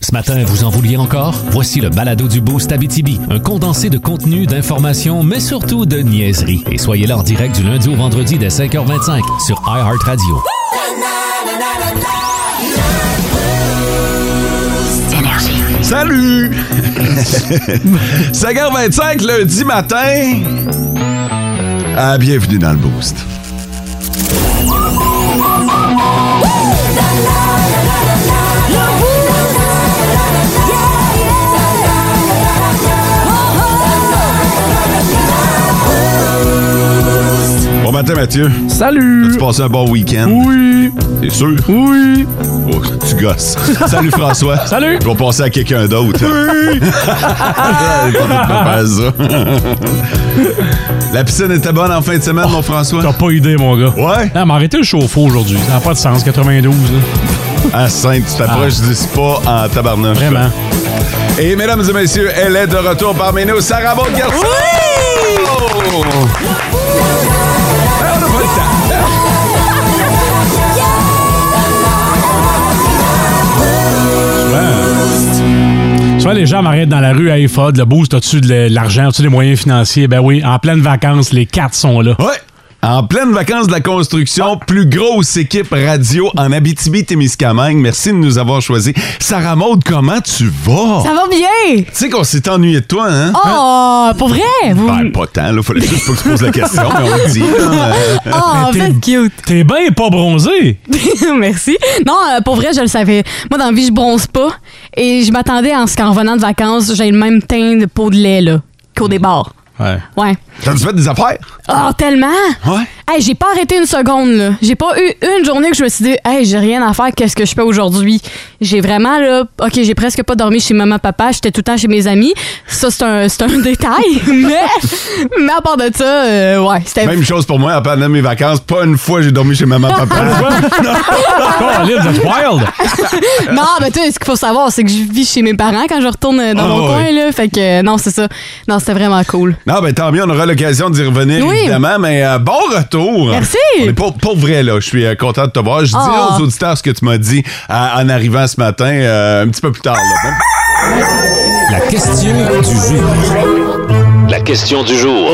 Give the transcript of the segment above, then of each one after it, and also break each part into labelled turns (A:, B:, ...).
A: Ce matin, vous en vouliez encore? Voici le balado du Boost Abitibi, un condensé de contenu, d'informations, mais surtout de niaiseries. Et soyez là en direct du lundi au vendredi dès 5h25 sur iHeartRadio.
B: Salut! 5h25, lundi matin. Ah, bienvenue dans le Boost. Bon matin, Mathieu.
C: Salut!
B: Tu passes un bon week-end?
C: Oui!
B: T'es sûr?
C: Oui!
B: Oh, tu gosses. Salut, François.
C: Salut.
B: Je vais passer à quelqu'un d'autre. Oui! La piscine était bonne en fin de semaine, mon François?
C: T'as pas idée, mon gars.
B: Ouais?
C: Non, mais arrêtez le chauffe-eau aujourd'hui. Ça n'a pas de sens, 92. là.
B: À Ah, Sainte, tu t'approches du spa en
C: Ah.
B: tabarnak.
C: Vraiment.
B: Et mesdames et messieurs, elle est de retour parmi nous, Sarah Maud Garçon. Oh! Ah, on a pas le temps.
C: Souvent, les gens m'arrêtent dans la rue à EFOD, le boost au-dessus de l'argent, au-dessus des moyens financiers. Ben oui, en pleine vacances, les quatre sont là.
B: Ouais. En pleine vacances de la construction, plus grosse équipe radio en Abitibi-Témiscamingue. Merci de nous avoir choisis. Sarah Maud, comment tu vas?
D: Ça va bien!
B: Tu sais qu'on s'est ennuyé de toi, hein?
D: Oh, pour vrai? Vous...
B: Ben, pas tant, là. Fallait juste pas que tu poses la question, mais on le dit. hein.
D: Oh,
C: t'es-
D: c'est cute!
C: T'es bien pas bronzé.
D: Merci. Non, euh, pour vrai, je le savais. Moi, dans la vie, je bronze pas. Et je m'attendais à ce qu'en revenant de vacances, j'ai le même teint de peau de lait, là, qu'au départ.
C: Ouais.
D: Ouais.
B: T'as-tu fait des affaires?
D: Oh, tellement!
B: Ouais.
D: Hey, j'ai pas arrêté une seconde, là. J'ai pas eu une journée que je me suis dit, hey, j'ai rien à faire, qu'est-ce que je fais aujourd'hui? J'ai vraiment, là, OK, j'ai presque pas dormi chez maman, papa, j'étais tout le temps chez mes amis. Ça, c'est un, c'est un détail, mais, mais à part de ça, euh, ouais, c'était
B: Même chose pour moi, pendant mes vacances, pas une fois j'ai dormi chez maman papa.
C: Colin, vous êtes wild.
D: Non, mais tu sais, ce qu'il faut savoir, c'est que je vis chez mes parents quand je retourne euh, dans
B: Ah,
D: mon
B: ouais.
D: coin, là. Fait que, euh, non, c'est ça. Non, c'était vraiment cool.
B: non, ben tant mieux, on aura l'occasion d'y revenir,
D: Oui.
B: évidemment, mais euh, bon retour.
D: Merci.
B: On est pour, pour vrai, là, je suis euh, content de te voir. Je dis
D: Ah.
B: aux auditeurs ce que tu m'as dit euh, en arrivant ce matin, euh, un petit peu plus tard. là. Même-
A: La question du jour.
E: La question du jour.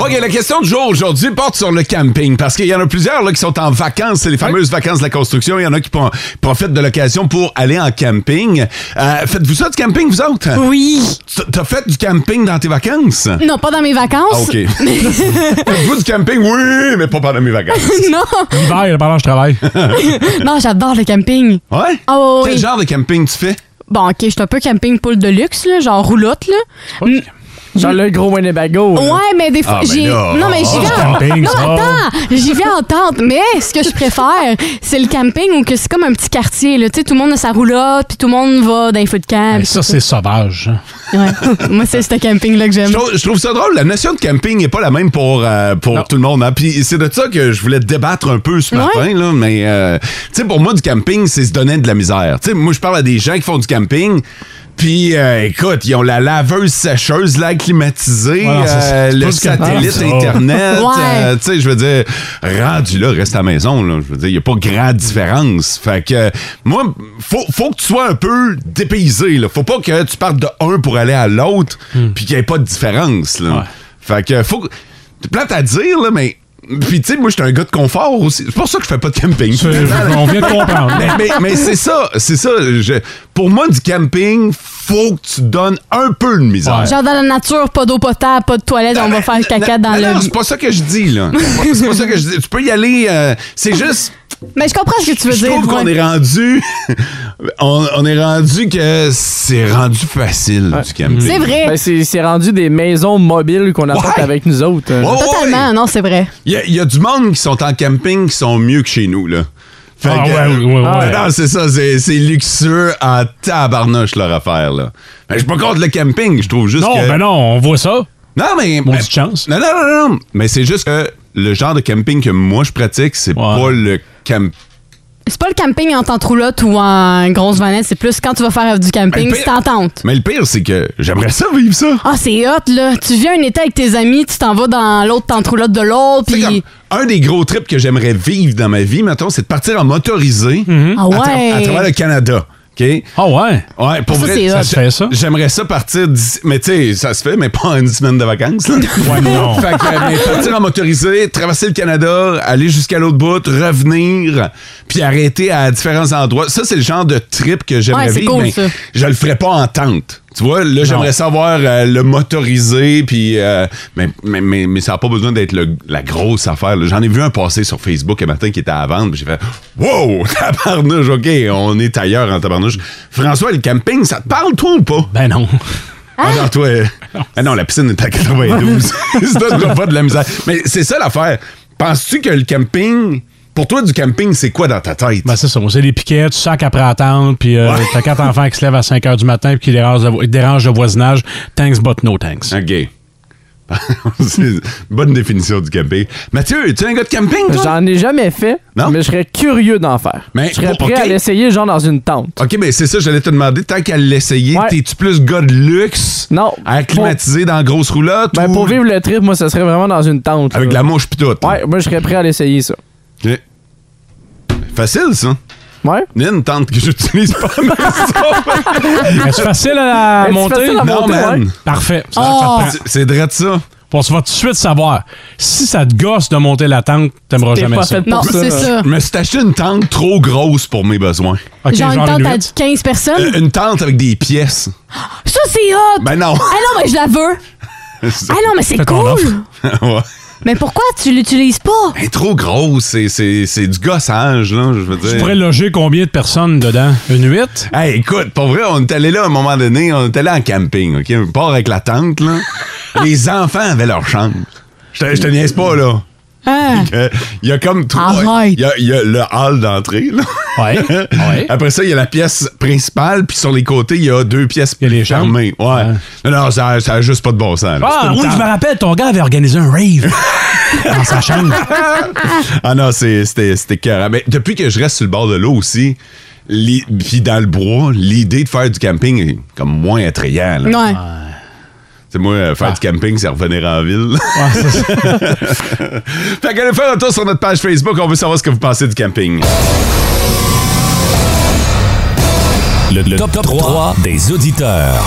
B: OK, la question du jour aujourd'hui porte sur le camping parce qu'il y en a plusieurs là, qui sont en vacances, c'est les fameuses vacances de la construction. Il y en a qui pro- profitent de l'occasion pour aller en camping. Euh, Faites-vous ça du camping, vous autres?
D: Oui.
B: T- T'as fait du camping dans tes vacances?
D: Non, pas dans mes vacances.
B: Ah, OK. Faites-vous du camping? Oui, mais pas pendant mes vacances.
D: non.
C: L'hiver, pendant que je travaille.
D: Non, j'adore le camping.
B: Ouais?
D: Ah, oui,
B: Quel
D: oui.
B: genre de camping tu fais?
D: Bon, OK, je suis un peu camping pool de luxe, là, genre roulotte, là. Mm,
F: Genre le gros Winnebago. là.
D: Ouais, mais des fois,
B: Ah, ben
D: j'ai.
B: là.
D: non, mais j'y
C: Ah,
D: vais.
C: du camping,
D: non,
C: ça.
D: attends, j'y vais en tente. Mais ce que je préfère, c'est le camping où que c'est comme un petit quartier, là. Tu sais, tout le monde a sa roulotte, puis tout le monde va dans les foot camp.
C: Hey, ça, c'est sauvage. hein.
D: Ouais. Moi, c'est ce camping-là que j'aime.
B: Je trouve, je trouve ça drôle. La notion de camping n'est pas la même pour, euh, pour tout le monde. hein. Puis c'est de ça que je voulais débattre un peu ce matin. Là, mais euh, tu sais, pour moi, du camping, c'est se donner de la misère. Tu sais, moi, je parle à des gens qui font du camping. Puis, euh, écoute, ils ont la laveuse sécheuse, l'air
C: Ouais,
B: climatisé,
C: non, c'est- c'est
B: euh,
C: pas
B: le
C: du camping, Ah,
B: satellite
C: ça. oh.
B: Internet.
D: Ouais.
B: euh, tu sais, je veux dire, rendu là, reste à la maison. Là, je veux dire, il n'y a pas grande différence. Fait que, euh, moi, faut, faut que tu sois un peu dépaysé. Là. Faut pas que tu partes de un pour aller à l'autre, puis qu'il n'y ait pas de différence. Là.
C: Hmm. Ouais.
B: Fait que, faut. que- C'est plate à dire, là, mais. Puis, tu sais, moi, je suis un gars de confort aussi. C'est pour ça que je fais pas de camping.
C: C'est- On vient de comprendre.
B: Mais, mais- mais c'est ça, c'est ça. je- pour moi, du camping, faut que tu donnes un peu de misère.
C: Ouais.
D: Genre dans la nature, pas d'eau potable, pas de toilette, on va faire
B: Ben,
D: caca
B: Non,
D: dans
B: non,
D: le.
B: c'est pas ça que je dis, là. C'est pas ça que je dis. Tu peux y aller. euh, c'est juste.
D: Mais je comprends ce que tu veux
B: Je
D: dire.
B: trouve qu'on
D: ouais.
B: est rendu. on, on est rendu que c'est rendu facile du camping.
D: C'est vrai.
F: Ben, c'est c'est rendu des maisons mobiles qu'on apporte
B: Ouais.
F: avec nous autres. euh.
B: Ouais, ouais,
D: Totalement,
B: ouais.
D: non, c'est vrai.
B: Il y, a- il y a du monde qui sont en camping qui sont mieux que chez nous, là. Fait
C: Ah,
B: que-
C: ouais, ouais, ouais,
B: Ah,
C: ouais.
B: Non, c'est ça, c'est c'est luxueux en tabarnouche leur affaire, là. Mais je suis pas contre le camping, je trouve juste
C: Non,
B: que.
C: ben non, on voit ça.
B: Non, mais.
C: Maudite
B: mais-
C: chance.
B: Non, non, non, non. Mais c'est juste que le genre de camping que moi je pratique, c'est
C: Ouais.
B: pas le camping.
D: C'est pas le camping en tente roulotte ou en grosse vanette, c'est plus quand tu vas faire du camping,
B: Mais le
D: c'est
B: Ben, pire-
D: en tente.
B: Mais le pire, c'est que j'aimerais ça vivre ça.
D: Ah, c'est hot, là. Tu viens un été avec tes amis, tu t'en vas dans l'autre tente roulotte de l'autre,
B: C'est
D: puis.
B: comme un des gros trips que j'aimerais vivre dans ma vie, mettons, c'est de partir en motorisé
C: Mhm.
D: Ah
B: à, tra-
D: ouais.
B: Hmm? à travers le Canada. OK?
C: Ah ouais.
B: Ouais, pour
D: Ça,
B: vrai,
D: c'est hot.
C: Ça se fait, ça?
B: J'aimerais ça partir d'ici- Mais tu sais, ça se fait, mais pas en une semaine de vacances. là.
C: Ouais, non.
B: fait que, euh, mais partir en motorisé, traverser le Canada, aller jusqu'à l'autre bout, revenir, puis arrêter à différents endroits. Ça, c'est le genre de trip que j'aimerais
D: Ouais, c'est
B: vivre,
D: cool,
B: mais
D: ça.
B: je le ferais pas en tente. Tu vois, là, j'aimerais savoir euh, le motorisé, puis... euh, mais, mais, mais, mais ça n'a pas besoin d'être le- la grosse affaire. là. J'en ai vu un passer sur Facebook un matin qui était à vendre, puis j'ai fait « Wow! Tabarnouche! OK, on est ailleurs en tabarnouche. » François, le camping, ça te parle, toi, ou pas?
C: Ben non.
B: Ah non, toi. euh, Ah non, la piscine est à 92. ça doit pas de la misère. Mais c'est ça l'affaire. Penses-tu que le camping. Pour toi, du camping, c'est quoi dans ta tête?
C: Ben c'est ça, c'est des piquets, tu sacs après attendre, puis euh,
B: Ouais.
C: t'as quatre enfants qui se lèvent à 5 h du matin puis qui dérangent le, vo- dérangent le voisinage. Thanks but no thanks.
B: OK. c'est une bonne définition du camping. Mathieu, tu es un gars de camping, toi?
F: J'en ai jamais fait,
B: Non?
F: mais je serais curieux d'en faire.
B: Mais
F: je serais
B: pour-
F: prêt
B: ok.
F: à l'essayer, genre dans une tente.
B: OK, mais c'est ça, j'allais te demander, tant qu'à l'essayer,
F: Ouais.
B: t'es-tu plus gars de luxe?
F: Non.
B: À climatiser dans la grosse roulotte?
F: Ben,
B: ou
F: pour vivre le trip, moi, ça serait vraiment dans une tente.
B: Avec de
F: là.
B: la mouche pis tout.
F: Ouais, moi, je serais prêt à l'essayer, ça.
B: OK. Facile, ça.
F: Ouais?
B: Il y a une tente que j'utilise pas à la maison.
C: Est-ce facile à
F: Est-ce
C: monter?
F: facile à
B: Non,
F: monter,
B: man.
F: ouais?
C: Parfait. C'est ça que
D: Oh.
C: ça te
B: C'est- C'est drôle ça.
C: prend. On se va tout de suite savoir. Si ça te gosse de monter la tente, t'aimeras
F: T'es
C: jamais
F: pas
C: ça.
F: fait pour
D: Non,
F: ça.
D: c'est ça.
B: Je me suis acheté une tente trop grosse pour mes besoins.
C: Ok,
D: genre une tente à
C: huit.
D: 15 personnes.
B: Euh, une tente avec des pièces.
D: Ça, c'est hot!
B: Ben non.
D: Ah non, mais je la veux! Ah non, mais c'est
C: Fais ton
D: cool!
C: offre.
B: Ouais.
D: Mais pourquoi tu l'utilises pas?
B: Elle est trop grosse, c'est, c'est, c'est du gossage, là, je veux
C: Tu
B: dire.
C: pourrais loger combien de personnes dedans? Une huit?
B: Hey, écoute, pour vrai, on est allé là à un moment donné, on est allé en camping, OK? On part avec la tente, là. Les enfants avaient leur chambre. Je te, je te niaise pas, là.
C: Ah.
D: Hein?
B: Euh, Il y a comme trois.
D: Arrête.
B: Il y a, il y a le hall d'entrée, là.
C: Ouais. ouais.
F: Ah,
B: Après ça, il y a la pièce principale, puis sur les côtés, il y a deux pièces
C: Il y a les chambres.
B: fermées. Ouais.
C: Ouais.
B: Non, non, ça n'a juste pas de bon sens. là. C'est
C: Ah
B: une
C: oui,
B: tente.
C: je me rappelle, ton gars avait organisé un rave dans sa chambre.
B: Ah non, c'est- c'était c'était écœurant. Mais depuis que je reste sur le bord de l'eau aussi, les- puis dans le bois, l'idée de faire du camping est comme moins attrayant.
C: Ah.
B: là.
D: Ouais.
B: Tu sais, moi, euh, faire du camping, c'est revenir en ville. fait qu'allez faire un tour sur notre page Facebook, on veut savoir ce que vous pensez du camping.
A: Le, le top, 3, des auditeurs.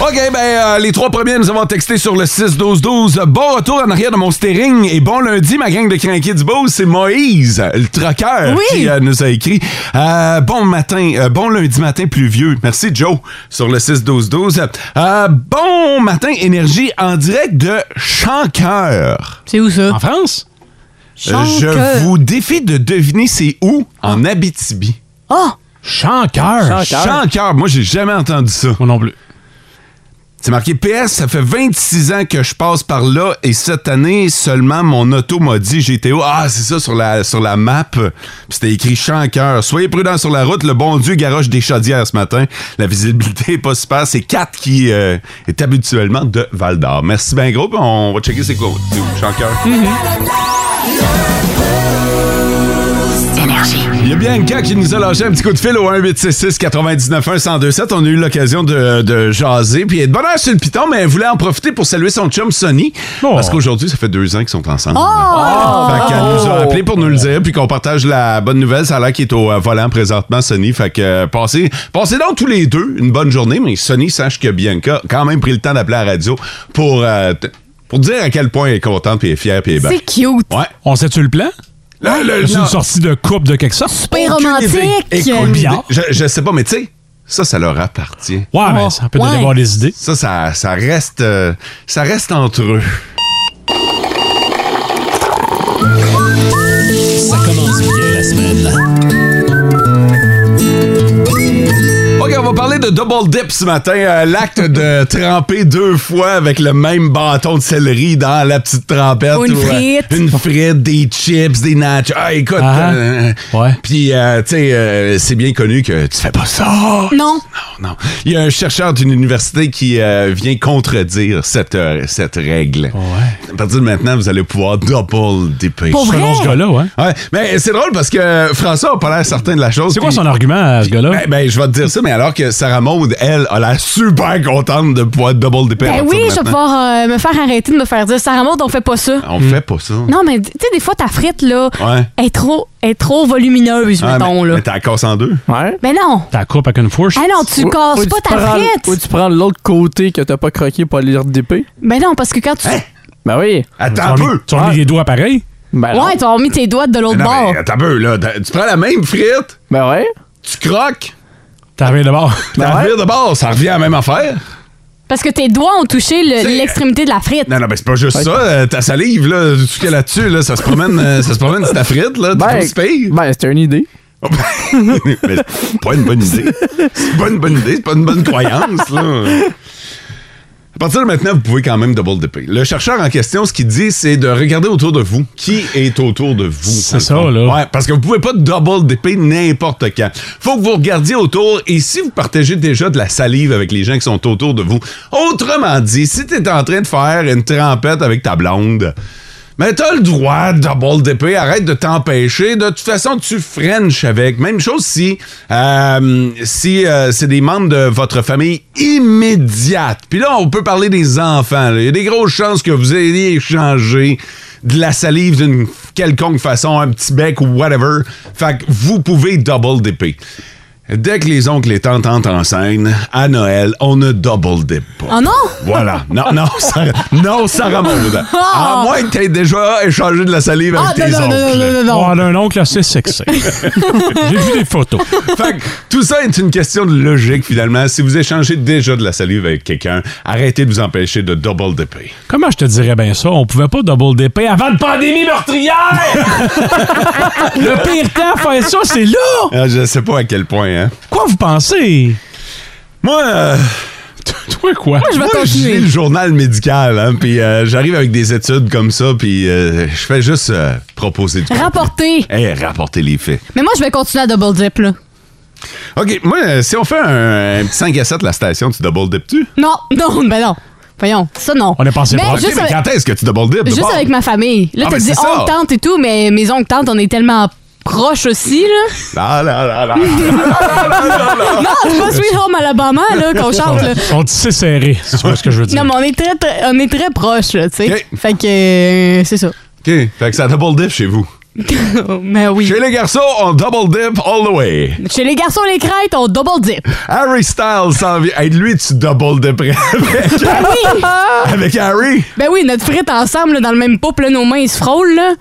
B: OK, ben euh, les trois premiers nous avons texté sur le 6-12-12. Bon retour en arrière de mon steering et bon lundi, ma gang de crinqués du beau, c'est Moïse, le troqueur,
D: Oui.
B: qui euh, nous a écrit. Euh, bon matin, euh, bon lundi matin pluvieux. Merci Joe sur le 6-12-12. Euh, bon matin, énergie en direct de Chancoeur.
D: C'est où ça?
C: En France?
B: Euh,
D: Chancoeur.
B: Je vous défie de deviner c'est où en Abitibi.
D: Ah!
C: Chancoeur.
F: Chancoeur.
B: Chancoeur, moi j'ai jamais entendu ça.
C: Moi non plus.
B: C'est marqué PS, ça fait 26 ans que je passe par là et cette année seulement mon auto m'a dit GTO. Ah, c'est ça sur la, sur la map. Puis c'était écrit Chancoeur. Soyez prudents sur la route, le bon Dieu garoche des chaudières ce matin. La visibilité est pas super. C'est 4 qui euh, est habituellement de Val d'Or. Merci bien gros. puis On va checker c'est quoi. Chancoeur. Il y a Bianca qui nous a lâché un petit coup de fil au 1866 99 1 1027. On a eu l'occasion de, de jaser. Puis elle est de bonne heure sur le piton, mais elle voulait en profiter pour saluer son chum Sonny.
C: Oh.
B: Parce qu'aujourd'hui, ça fait deux ans qu'ils sont ensemble.
D: Oh!
B: Fait qu'elle nous a
F: Oh!
B: appelé pour nous le dire, puis qu'on partage la bonne nouvelle. Ça a l'air qu'il est au euh, volant présentement, Sonny. Fait que euh, passez, passez donc tous les deux une bonne journée, mais Sonny, sache que Bianca a quand même pris le temps d'appeler à la radio pour, euh, t- pour dire à quel point elle est contente, puis elle est fière, puis elle est bien.
D: C'est cute!
B: Ouais.
C: On sait-tu le plan?
B: Là, là,
C: C'est
B: là.
C: une sortie de coupe de quelque sorte?
D: Super
B: Aucune
D: romantique!
B: idée. Écoute,
C: Bizarre.
B: je, je sais pas, mais tu sais, ça, ça leur appartient.
C: Ouais,
D: Oh,
C: mais ça peut
D: ouais.
C: donner voir des idées.
B: Ça, ça, ça reste, euh, ça reste entre eux.
A: Ça commence bien la semaine.
B: OK, on va parler de double dip ce matin. euh, L'acte de tremper deux fois avec le même bâton de céleri dans la petite trempette.
D: Ou une
B: euh,
D: frite.
B: une frite, des chips, des nachos. Ah, écoute.
C: Ah.
B: euh,
C: Ouais.
B: Puis, euh, tu sais, euh, c'est bien connu que tu fais pas ça.
D: Non.
B: Oh, Non, non. Il y a un chercheur d'une université qui euh, vient contredire cette, euh, cette règle. À partir de maintenant, vous allez pouvoir double dipper.
D: Pour vrai?
C: Selon ce gars-là, ouais.
B: Ouais, mais c'est drôle parce que François a pas l'air certain de la chose.
C: C'est quoi
B: puis-
C: son argument à ce gars-là?
B: ben, ben, je vais te dire ça, mais alors que Sarah Maud, elle, a l'air super contente de pouvoir double dipper. à
D: Ben
B: partir
D: oui,
B: de
D: je vais
B: maintenant.
D: pouvoir euh, me faire arrêter de me faire dire Sarah Maud, on fait pas ça.
B: On fait pas ça.
D: Non, mais tu sais, des fois, ta frite, là,
B: Ah. Ouais.
D: est trop, est trop volumineuse,
B: Ah,
D: mettons,
B: mais,
D: là.
B: mais t'as la casse en deux.
F: Ouais.
D: Mais non!
C: Ta coupe avec une fourche?
D: Ah non, tu
F: Ou-
D: casses
F: ou
D: pas
F: tu
D: ta
F: prends- Ou
D: frite!
F: tu prends l'autre côté que t'as pas croqué pour aller redipper.
D: Mais non, parce que quand
B: Hein?
D: tu.
F: Ben oui.
C: Tu
B: Attends
C: as
B: un
C: mis,
B: peu.
C: tu as mis les doigts pareils?
F: Ben non.
D: Ouais, tu as mis tes doigts de l'autre
B: Non,
D: bord.
B: mais euh, attends un peu, là. T'as- Tu prends la même frite,
F: Ben ouais.
B: tu croques,
C: T'as rien d'abord.
B: t'en
F: ouais.
B: revires de bord, ça revient à la même affaire.
D: Parce que tes doigts ont touché le-
B: C'est-
D: l'extrémité de la frite.
B: Non, non, mais c'est pas juste ça. euh, ta salive, là, tout ce qu'il y a là-dessus, là, ça se promène, euh, ça se promène sur ta frite, là.
F: Ben,
B: tu pire.
F: ben c'était une idée.
B: mais c'est pas une bonne idée. C'est pas une bonne idée, c'est pas une bonne croyance, là. À partir de maintenant, vous pouvez quand même double dipper. Le chercheur en question, ce qu'il dit, c'est de regarder autour de vous. Qui est autour de vous?
C: C'est
B: dans le
C: ça,
B: fond?
C: là.
B: Ouais, parce que vous pouvez pas double dipper n'importe quand. Faut que vous regardiez autour et si vous partagez déjà de la salive avec les gens qui sont autour de vous. Autrement dit, si t'es en train de faire une trempette avec ta blonde, mais t'as le droit de double dipper, arrête de t'empêcher. De toute façon, tu French avec. Même chose si, euh, si euh, c'est des membres de votre famille immédiate. Puis là, on peut parler des enfants. là. Il y a des grosses chances que vous ayez échangé de la salive d'une quelconque façon, un petit bec ou whatever. Fait que vous pouvez double dipper. Dès que les oncles et tantes entrent en scène, à Noël, on ne double dip pas.
D: Oh non!
B: Voilà. Non, non, ça, non, ça remonte. À moins que t'aies déjà échangé de la salive avec
D: Oh. Ah non,
B: tes
D: non,
B: oncles.
D: non, non, non,
C: On
D: non!
C: a un oncle assez sexy. J'ai vu des photos.
B: Fait que, tout ça est une question de logique, finalement. Si vous échangez déjà de la salive avec quelqu'un, arrêtez de vous empêcher de double dipper.
C: Comment je te dirais bien ça? On pouvait pas double dépay avant de pandémie meurtrière! le pire temps à faire ça, c'est là!
B: Ah, je sais pas à quel point, hein.
C: Quoi vous pensez?
B: Moi, euh,
C: Toi quoi?
D: je vais
B: moi, je
D: continuer.
B: lis le journal médical, hein, puis euh, j'arrive avec des études comme ça, puis euh, je fais juste euh, proposer du
D: Rapporter!
B: Eh, rapporter les faits.
D: Mais moi, je vais continuer à double dip, là.
B: OK, moi, euh, si on fait un, un petit 5 à 7 la station, tu double dip-tu?
D: Non, non, ben non. Voyons, ça non.
C: On est passé
D: Mais
C: proche.
B: Ah, OK,
D: juste,
B: mais
D: avec,
B: quand est-ce que tu double dip? de
D: juste
B: bord?
D: avec ma famille. Là,
B: Ah,
D: t'as
B: ben,
D: dit
B: c'est ça.
D: oncle, tante et tout, mais mes oncles, tantes, on est tellement proches aussi, là.
B: La, la, la, la.
D: non, c'est pas Sweet Home Alabama, là, qu'on chante, là.
C: On dit c'est serré, si tu vois ce que je veux dire.
D: Non, mais on est très, très- on est très proches, là, tu sais.
B: Ok.
D: Fait que, euh, c'est ça.
B: OK, fait que ça double dip chez vous.
D: mais oui.
B: Chez les garçons, on double dip all the way.
D: Chez les garçons, les crêtes, on double dip.
B: Harry Styles s'en vient. Hey, lui, tu double dip avec,
D: Ben oui!
B: avec Harry.
D: Ben oui, notre frite ensemble, là, dans le même pot, puis là, nos mains, ils se frôlent, là.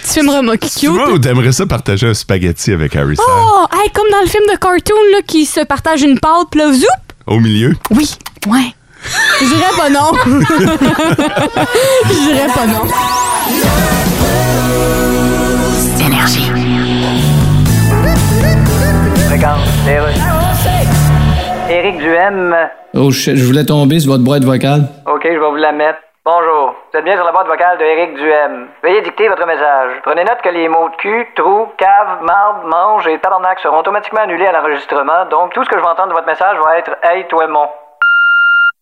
D: Petit film vraiment
B: Tu
D: cute.
B: vois, ou t'aimerais ça partager un spaghetti avec Harry Styles?
D: Oh! Hey, comme dans le film de cartoon, là, qui se partage une pâte, puis là, zoup!
B: Au milieu?
D: Oui, ouais. Je dirais pas non. Je dirais pas non.
G: Éric Duhem.
H: Oh shit, je voulais tomber sur votre boîte vocale.
G: OK, je vais vous la mettre. Bonjour. Vous êtes bien sur la boîte vocale de Éric Duhem. Veuillez dicter votre message. Prenez note que les mots de cul, trou, cave, marde, mange et tabarnak seront automatiquement annulés à l'enregistrement, donc tout ce que je vais entendre de votre message va être Hey, toi, mon.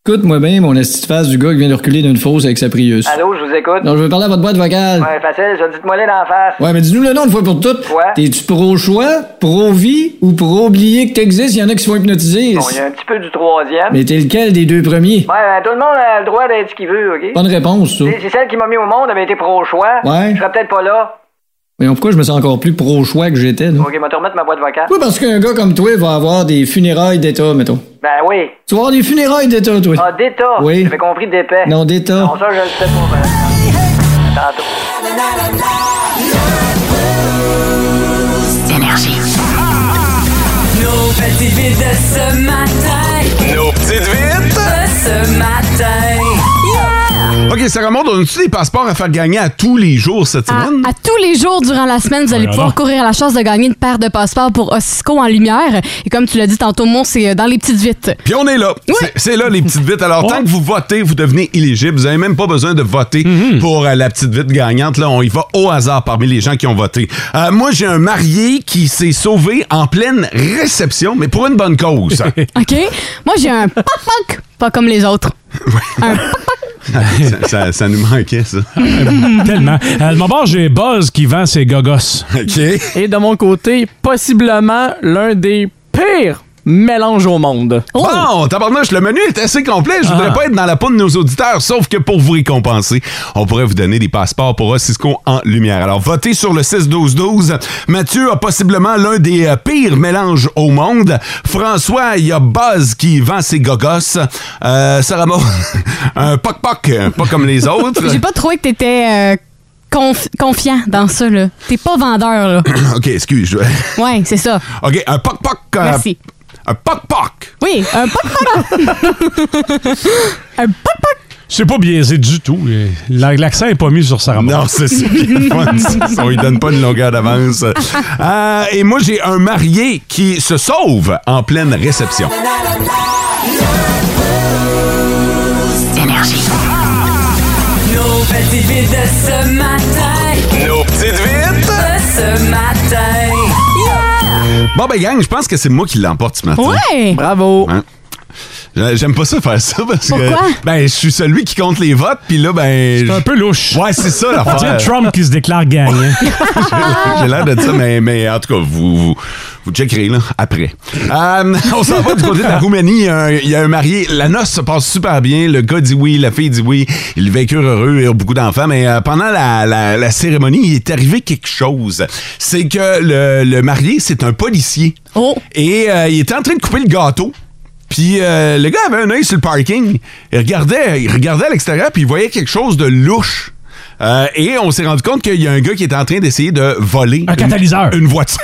H: Écoute-moi bien mon astuce face du gars qui vient de reculer d'une fosse avec sa Prius.
G: Allô, je vous écoute.
H: Non, je veux parler à votre boîte vocale.
G: Ah Ouais, facile, ça dites-moi les d'en face.
H: Ouais, mais dis-nous le nom une fois pour toutes.
G: Ouais.
H: T'es-tu pro-choix, pro-vie ou pro-oublier que t'existes? Il y en a qui se font hypnotiser.
G: Bon, il y a un petit peu du troisième.
H: Mais t'es lequel des deux premiers?
G: Ouais, ben, tout le monde a le droit d'être ce qu'il veut, OK?
H: Bonne réponse, ça.
G: Si- Si celle qui m'a mis au monde avait été pro-choix,
H: Ouais.
G: je serais peut-être pas là.
H: Voyons, pourquoi je me sens encore plus pro-choix que j'étais, là?
G: OK, je vais te remettre ma boîte vocale.
H: Oui, parce qu'un gars comme toi va avoir des funérailles d'État, mettons.
G: Ben oui.
H: Tu vas avoir des funérailles d'État, toi.
G: Ah, d'État.
H: Oui.
G: J'avais compris d'épais.
H: Non, d'État.
G: Non, ça, je le sais pas. ben. Tantôt.
I: Nos petites vites de ce matin. Nos petites vites de ce matin. Yeah!
B: OK, OK, Sarah Maud, on a-tu des passeports à faire gagner à tous les jours cette
D: À,
B: semaine?
D: Ah, à tous les jours durant la semaine, vous allez
C: Voyons
D: pouvoir
C: donc.
D: courir la chance de gagner une paire de passeports pour Ossisco en lumière. Et comme tu l'as dit tantôt, Mon, c'est euh, dans les petites vites.
B: Puis on est là.
D: Oui.
B: C'est- C'est là les petites vites. Alors, tant
C: Ouais.
B: que vous votez, vous devenez éligible. Vous n'avez même pas besoin de voter
D: Mm-hmm.
B: pour euh, la petite vite gagnante. Là, on y va au hasard parmi les gens qui ont voté. Euh, moi, j'ai un marié qui s'est sauvé en pleine réception, mais pour une bonne cause.
D: OK? Moi, j'ai un pop-punk, pas comme les autres.
B: ça, ça- ça nous manquait, ça.
C: Tellement. Euh, de mon bord, j'ai Buzz qui vend ses gogos.
B: OK.
F: Et de mon côté, possiblement l'un des pires mélanges au monde.
D: Oh!
B: Bon, tabarnouche, le menu est assez complet. Je voudrais
C: Ah.
B: pas être dans la peau de nos auditeurs, sauf que pour vous récompenser, on pourrait vous donner des passeports pour Ossisco en lumière. Alors, votez sur le 6-12-12. Mathieu a possiblement l'un des euh, pires mélanges au monde. François, il y a Buzz qui vend ses gogos. Euh, Sarah Maud, un poc-poc, euh, pas comme les autres.
D: J'ai pas trouvé que t'étais euh, conf- confiant dans ça, là. T'es pas vendeur, là.
B: OK, excuse. je-
D: Ouais, c'est ça.
B: OK, un poc-poc. euh,
D: Merci.
B: Un poc-poc.
D: Oui, un pop-punk.
C: C'est pas biaisé du tout. Euh, la- L'accent est pas mis sur Sarah Maud.
B: Non, c'est ça. qui est le fun. C'est- On lui donne pas une longueur d'avance. Euh, et moi, j'ai un marié qui se sauve en pleine réception.
I: Nos petites vites de ce matin.
B: Nos petites vites.
I: De ce matin. Yeah!
B: Bon, ben, gang, je pense que c'est moi qui l'emporte ce matin.
D: Ouais!
F: Bravo.
B: Hein? J'a- J'aime pas ça faire ça parce
D: Pourquoi?
B: que ben je suis celui qui compte les votes puis là ben
C: C'est un peu louche.
B: je- ouais c'est ça
C: On dirait
B: l'affaire
C: Trump qui se déclare gagnant.
B: j'ai l'air de dire mais, mais en tout cas vous vous, vous checkerez là après Euh, on s'en va du côté de la Roumanie il y a un- il y, a un marié la noce se passe super bien le gars dit oui la fille dit oui ils vécurent heureux et ont beaucoup d'enfants mais euh, pendant la, la- la cérémonie il est arrivé quelque chose c'est que le, le marié c'est un policier
D: Oh.
B: et euh, il était en train de couper le gâteau puis euh, le gars avait un œil sur le parking. Il regardait, il regardait à l'extérieur, puis il voyait quelque chose de louche. Euh, et on s'est rendu compte qu'il y a un gars qui était en train d'essayer de voler
C: Un
B: une-
C: catalyseur.
B: une, voiture.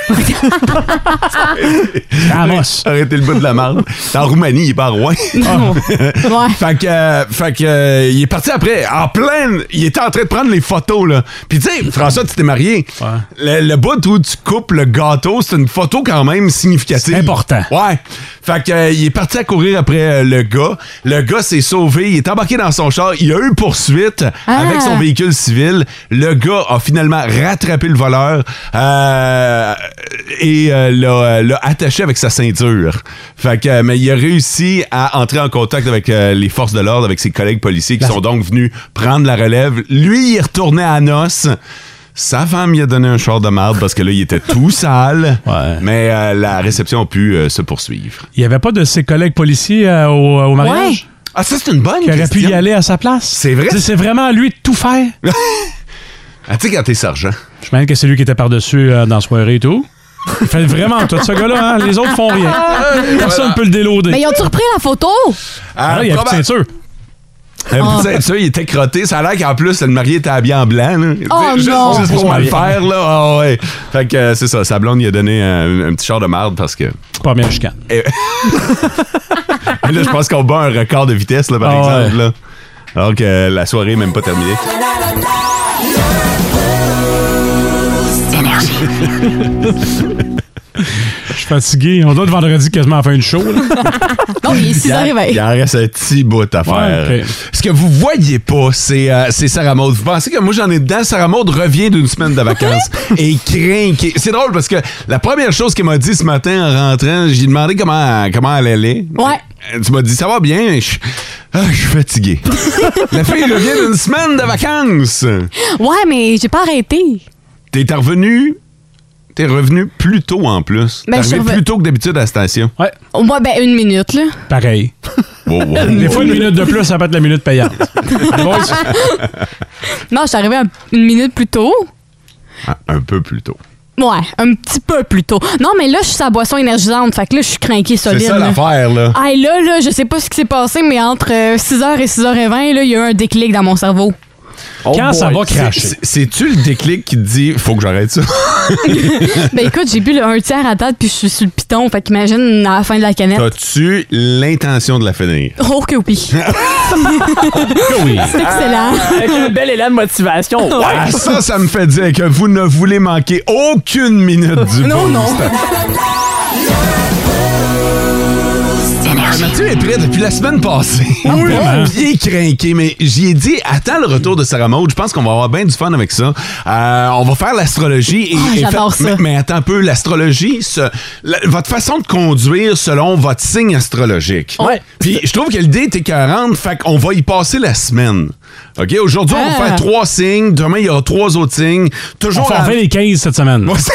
C: Amos.
B: Arrêtez le bout de la marde. C'est en Roumanie, il est pas à Rouen.
D: Ouais.
B: Fait que, euh, fait que, euh, il est parti après, en pleine, il était en train de prendre les photos, là. Puis tu sais, François, tu t'es marié. Le, le bout où tu coupes le gâteau, c'est une photo quand même significative.
C: C'est important.
B: Ouais. Fait que, euh, il est parti à courir après euh, le gars. Le gars s'est sauvé, il est embarqué dans son char, il a eu poursuite
D: Ah.
B: avec son véhicule civil. Le gars a finalement rattrapé le voleur euh, et euh, l'a euh, l'a attaché avec sa ceinture. Fait que, euh, mais il a réussi à entrer en contact avec euh, les forces de l'ordre, avec ses collègues policiers qui sont donc venus prendre la relève. Lui, il est retourné à Noce. Sa femme lui a donné un char de marde parce que là, il était tout sale.
C: Ouais.
B: Mais euh, la réception a pu euh, se poursuivre.
C: Il n'y avait pas de ses collègues policiers euh, au, au mariage
B: Ah, ça, c'est une bonne
C: qui auraient pu
B: question.
C: y aller à sa place?
B: C'est vrai?
C: Tu sais, C'est vraiment à lui de tout faire.
B: Ah, tu sais, quand t'es sergent.
C: Je me demande que c'est lui qui était par-dessus euh, dans la soirée et tout. Il fait vraiment tout ce gars-là, hein? les autres font rien. Personne ne peut le déloader.
D: Mais ils ont-tu repris la photo?
B: Ah,
C: Ah, il y a plus de
B: probable-
C: ceinture.
B: Euh, Vous êtes sûr, il était crotté. Ça a l'air qu'en plus, le marié était habillé en blanc. Là.
D: Oh,
B: juste,
D: non.
B: juste pour
C: Pour
B: mal
C: marier.
B: faire, là. Ah, ouais. Fait que euh, c'est ça. Sa blonde, il a donné euh, un, petit char de marde parce que.
C: Première chicane.
B: Là, je pense qu'on bat un record de vitesse, là, par
C: Ah,
B: exemple. Là. Alors que euh, la soirée est même pas terminée.
C: Je suis fatigué. On doit être vendredi quasiment à la fin du show. là.
D: Non, il est 6 h
B: Il
D: 20
B: en reste un petit bout à faire.
C: Ouais, ok.
B: Ce que vous voyez pas, c'est euh, c'est Sarah Maud. Vous pensez que moi j'en ai dedans? Sarah Maud revient d'une semaine de vacances et craint. qui- C'est drôle parce que la première chose qu'elle m'a dit ce matin en rentrant, j'ai demandé comment, comment elle allait.
D: Ouais.
B: Euh, Tu m'as dit, ça va bien? Je ah, je suis fatigué. la fille revient d'une semaine de vacances.
D: Ouais, mais j'ai pas arrêté.
B: T'es revenu. T'es revenu plus tôt en plus.
D: Ben,
B: T'es
D: je suis
B: revenu
D: reven-
B: plus tôt que d'habitude à la station.
C: Ouais,
D: Moi, ben, une minute, là.
C: pareil.
B: Wow, wow,
C: Des
B: wow.
C: fois, une minute de plus, ça peut être la minute payante. Les boys,
D: Non, je suis arrivée un- une minute plus tôt.
B: Ah, un peu plus tôt.
D: Ouais, un petit peu plus tôt. Non, mais là, je suis sa boisson énergisante. Fait que là, je suis craquée
B: C'est
D: solide.
B: ça
D: là.
B: l'affaire, là.
D: Ah, et euh, là, là, je sais pas ce qui s'est passé, mais entre 6h et 6h20, là, il y a eu un déclic dans mon cerveau.
C: Quand ça va cracher.
B: Oh, C'est- C'est-tu le déclic qui te dit faut que j'arrête ça?
D: ben écoute, j'ai bu le un tiers à date puis je suis sur le piton. Fait qu'imagine à la fin de la canette.
B: As-tu l'intention de la finir?
D: Oh que oui.
B: Oui.
D: C'est excellent.
F: Avec un bel élan de motivation. Ouais.
B: Ah, ça, ça me fait dire que vous ne voulez manquer aucune minute du
F: Non,
B: boost.
F: non.
B: Ah, Mathieu est prêt depuis la semaine passée. Oui, bien craqué, mais j'y ai dit, attends le retour de Sarah Maud, je pense qu'on va avoir bien du fun avec ça. Euh, on va faire l'astrologie. et-
D: Ah,
B: et
D: j'adore
B: fait-
D: ça.
B: Mais, mais attends un peu, l'astrologie, ce- la- votre façon de conduire selon votre signe astrologique.
F: Ouais.
B: Puis je trouve que l'idée est écœurante, fait qu'on va y passer la semaine. OK? Aujourd'hui, on va
D: Ah.
B: faire trois signes, demain, il y aura trois autres signes.
C: On
B: Toujours
C: fait, on
B: en-
C: fait les 15 cette semaine.
B: Moi, c'est-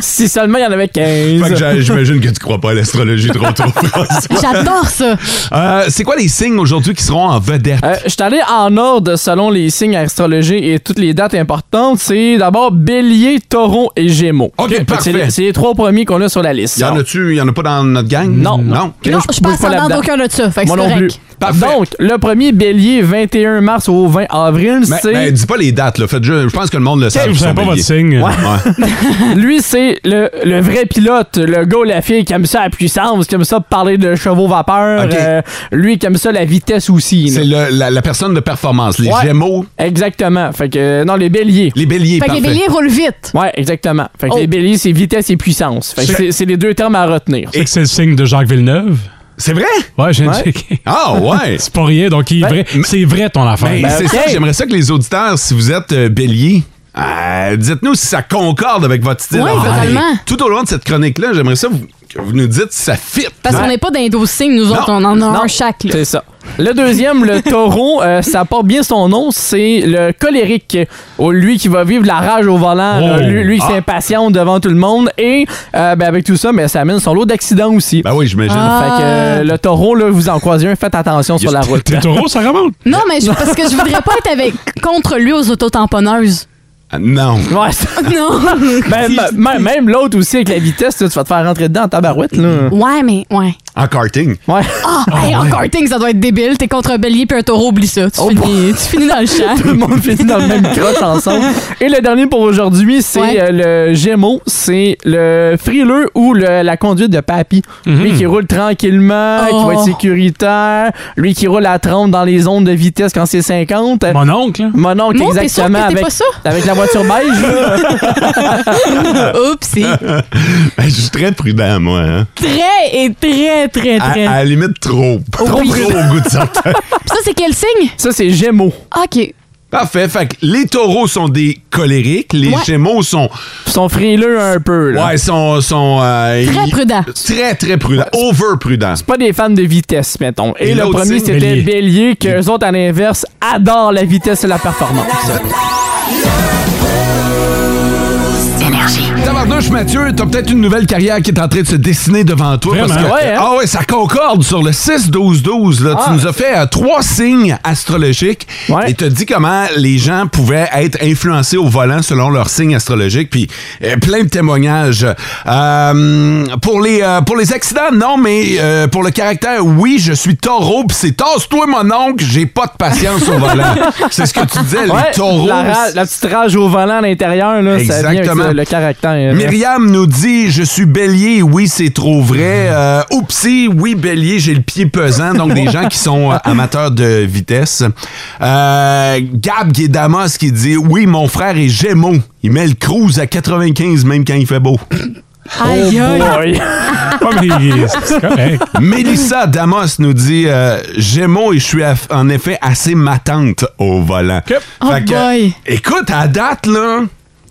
F: Si seulement il y en avait 15.
B: Fait que j'a- j'imagine que tu crois pas à l'astrologie trop trop, François.
D: J'adore ça.
B: Euh, c'est quoi les signes aujourd'hui qui seront en vedette?
F: Euh, je suis allé en ordre selon les signes astrologiques et toutes les dates importantes. C'est d'abord Bélier, Taureau et Gémeaux.
B: Ok,
F: C'est
B: parfait.
F: les- C'est les trois premiers qu'on a sur la liste.
B: Y en a-tu, y en a pas dans notre gang?
F: Non.
B: Non.
F: Moi,
D: Non,
F: je
D: je passe
F: bouge pas
D: en dedans
F: là-dedans.
D: d'aucun de ça. Fait que
F: Moi
D: c'est
F: non plus.
D: correct.
B: Parfait.
F: Donc, le premier Bélier, 21 mars au 20 avril,
B: Mais,
F: c'est
B: mais Ben, dis pas les dates, là. Faites, je, je pense que le monde le sait.
C: Vous savez pas votre signe.
F: lui, c'est le, le vrai pilote, le gars ou la fille qui aime ça la puissance, qui aime ça parler de chevaux vapeur,
B: Ok.
F: euh, lui qui aime ça la vitesse aussi. là.
B: C'est le- la, la personne de performance, les
F: Ouais.
B: Gémeaux,
F: Exactement. Fait que euh, non, les Béliers.
B: les Béliers.
D: Fait que
B: parfait.
D: les béliers roulent vite.
F: Ouais, exactement. Fait que
D: Oh.
F: les Béliers, c'est vitesse et puissance. Fait que
B: C'est-
F: c'est- c'est les deux termes à retenir.
C: C'est que c'est le signe de Jacques Villeneuve.
B: C'est vrai?
C: Ouais, j'ai
F: Ouais.
C: checké.
B: Ah ouais.
C: C'est pas rien, donc il est
F: Ben,
C: vrai. C'est vrai ton affaire.
B: Ben,
F: Ben,
B: c'est
F: ok.
B: ça, j'aimerais ça que les auditeurs, si vous êtes euh, bélier, euh, dites-nous si ça concorde avec votre style.
D: Ouais,
B: en fait.
D: totalement.
B: Tout au long de cette chronique-là, j'aimerais ça vous- que vous nous dites si ça fit.
D: Parce qu'on n'est pas dans les signes, nous autres. On en a
F: Non.
D: un chaque. là.
F: C'est ça. Le deuxième, le taureau, euh, ça porte bien son nom, c'est le colérique. Oh, lui qui va vivre la rage au volant,
C: Oh.
F: là, lui, lui qui
B: Ah.
F: s'impatiente devant tout le monde. Et euh, ben, avec tout ça, mais ça amène son lot d'accidents aussi.
B: Ben oui, j'imagine.
D: Ah.
F: Fait que euh, le taureau, là, vous en croisez un, faites attention sur la route.
C: T'es Ben, taureau, ça remonte.
D: Non, mais je- parce que je voudrais pas être avec contre lui aux autotamponneuses.
B: Ah, Non.
F: Ouais, ça-
D: Non.
F: même même- Ben, même l'autre aussi avec la vitesse, là, tu vas te faire rentrer dedans en tabarouette. Là.
D: Ouais, mais ouais.
B: En karting.
F: Ouais. Oh,
D: Ah, hey, en karting, ça doit être débile. T'es contre un bélier puis un taureau, oublie ça. Tu, finis, tu finis dans le champ.
F: Tout le monde finit dans le même crotte ensemble. Et le dernier pour aujourd'hui, c'est
D: Ouais.
F: euh, le Gémeaux. C'est le frileux ou le- la conduite de papy. Lui qui roule tranquillement, qui va être
D: Oh.
F: sécuritaire. Lui qui roule à 30 dans les zones de vitesse quand c'est 50.
B: ben,
C: Mon oncle, là.
F: Mon oncle,
D: Mon, t'es sûr que
F: exactement.
D: t'es
F: Avec,
D: pas ça?
F: avec la voiture beige. là.
D: Oups, c'est
B: Ben, je suis très prudent, moi. hein.
D: très et très, très,
F: Ah,
B: À,
D: très. Oh
B: à la limite, trop. Trop, trop au
D: oui.
B: goût de certains.
D: Puis ça, c'est quel signe?
F: Ça, c'est Gémeaux.
D: OK.
B: Parfait. Fait que les taureaux sont des colériques, les
D: Ouais.
B: gémeaux sont.
F: Ils sont frileux un peu. Là.
B: Ouais, sont. sont euh,
D: Très
B: ils-
D: prudents.
B: Très, très prudents. Over prudents.
F: Pas des fans de vitesse, mettons. Et,
B: Et
F: le
B: l'autre
F: premier,
B: signe,
F: c'était
C: Bélier.
F: Bélier, que eux autres, à l'inverse, adorent la vitesse et la performance.
B: Tabarnouche, Mathieu, t'as peut-être une nouvelle carrière qui est en train de se dessiner devant toi.
C: Vraiment?
B: parce que-
F: Ouais, hein?
B: Ah ouais, ça concorde sur le 6-12-12. là.
F: Ah.
B: Tu nous as fait euh, trois signes astrologiques
F: Ouais.
B: et t'as dit comment les gens pouvaient être influencés au volant selon leurs signes astrologiques. Puis euh, plein de témoignages. Euh, pour, les, euh, pour les accidents, non, mais euh, pour le caractère, oui, je suis taureau. Puis c'est tasse-toi, mon oncle, j'ai pas de patience au volant. C'est ce que tu disais,
F: Ouais,
B: les taureaux.
F: La, ra- la petite rage au volant à l'intérieur, là, ça vient avec
B: Exactement.
F: ça, le caractère.
B: Myriam nous dit Je suis bélier, oui, c'est trop vrai. Euh, oupsie, oui, bélier, j'ai le pied pesant. Donc, des gens qui sont euh, amateurs de vitesse. Euh, Gab qui est Damas qui dit Oui, mon frère est gémeaux. Il met le cruise à 95 même quand il fait beau.
D: Aïe, aïe.
F: Oh,
B: ben,
F: Boy.
C: Pas mais c'est correct.
B: Mélissa Damas nous dit euh, Gémeaux et je suis aff- en effet assez matante au volant.
D: Oh
B: Fait que,
D: boy.
B: écoute, à date, là,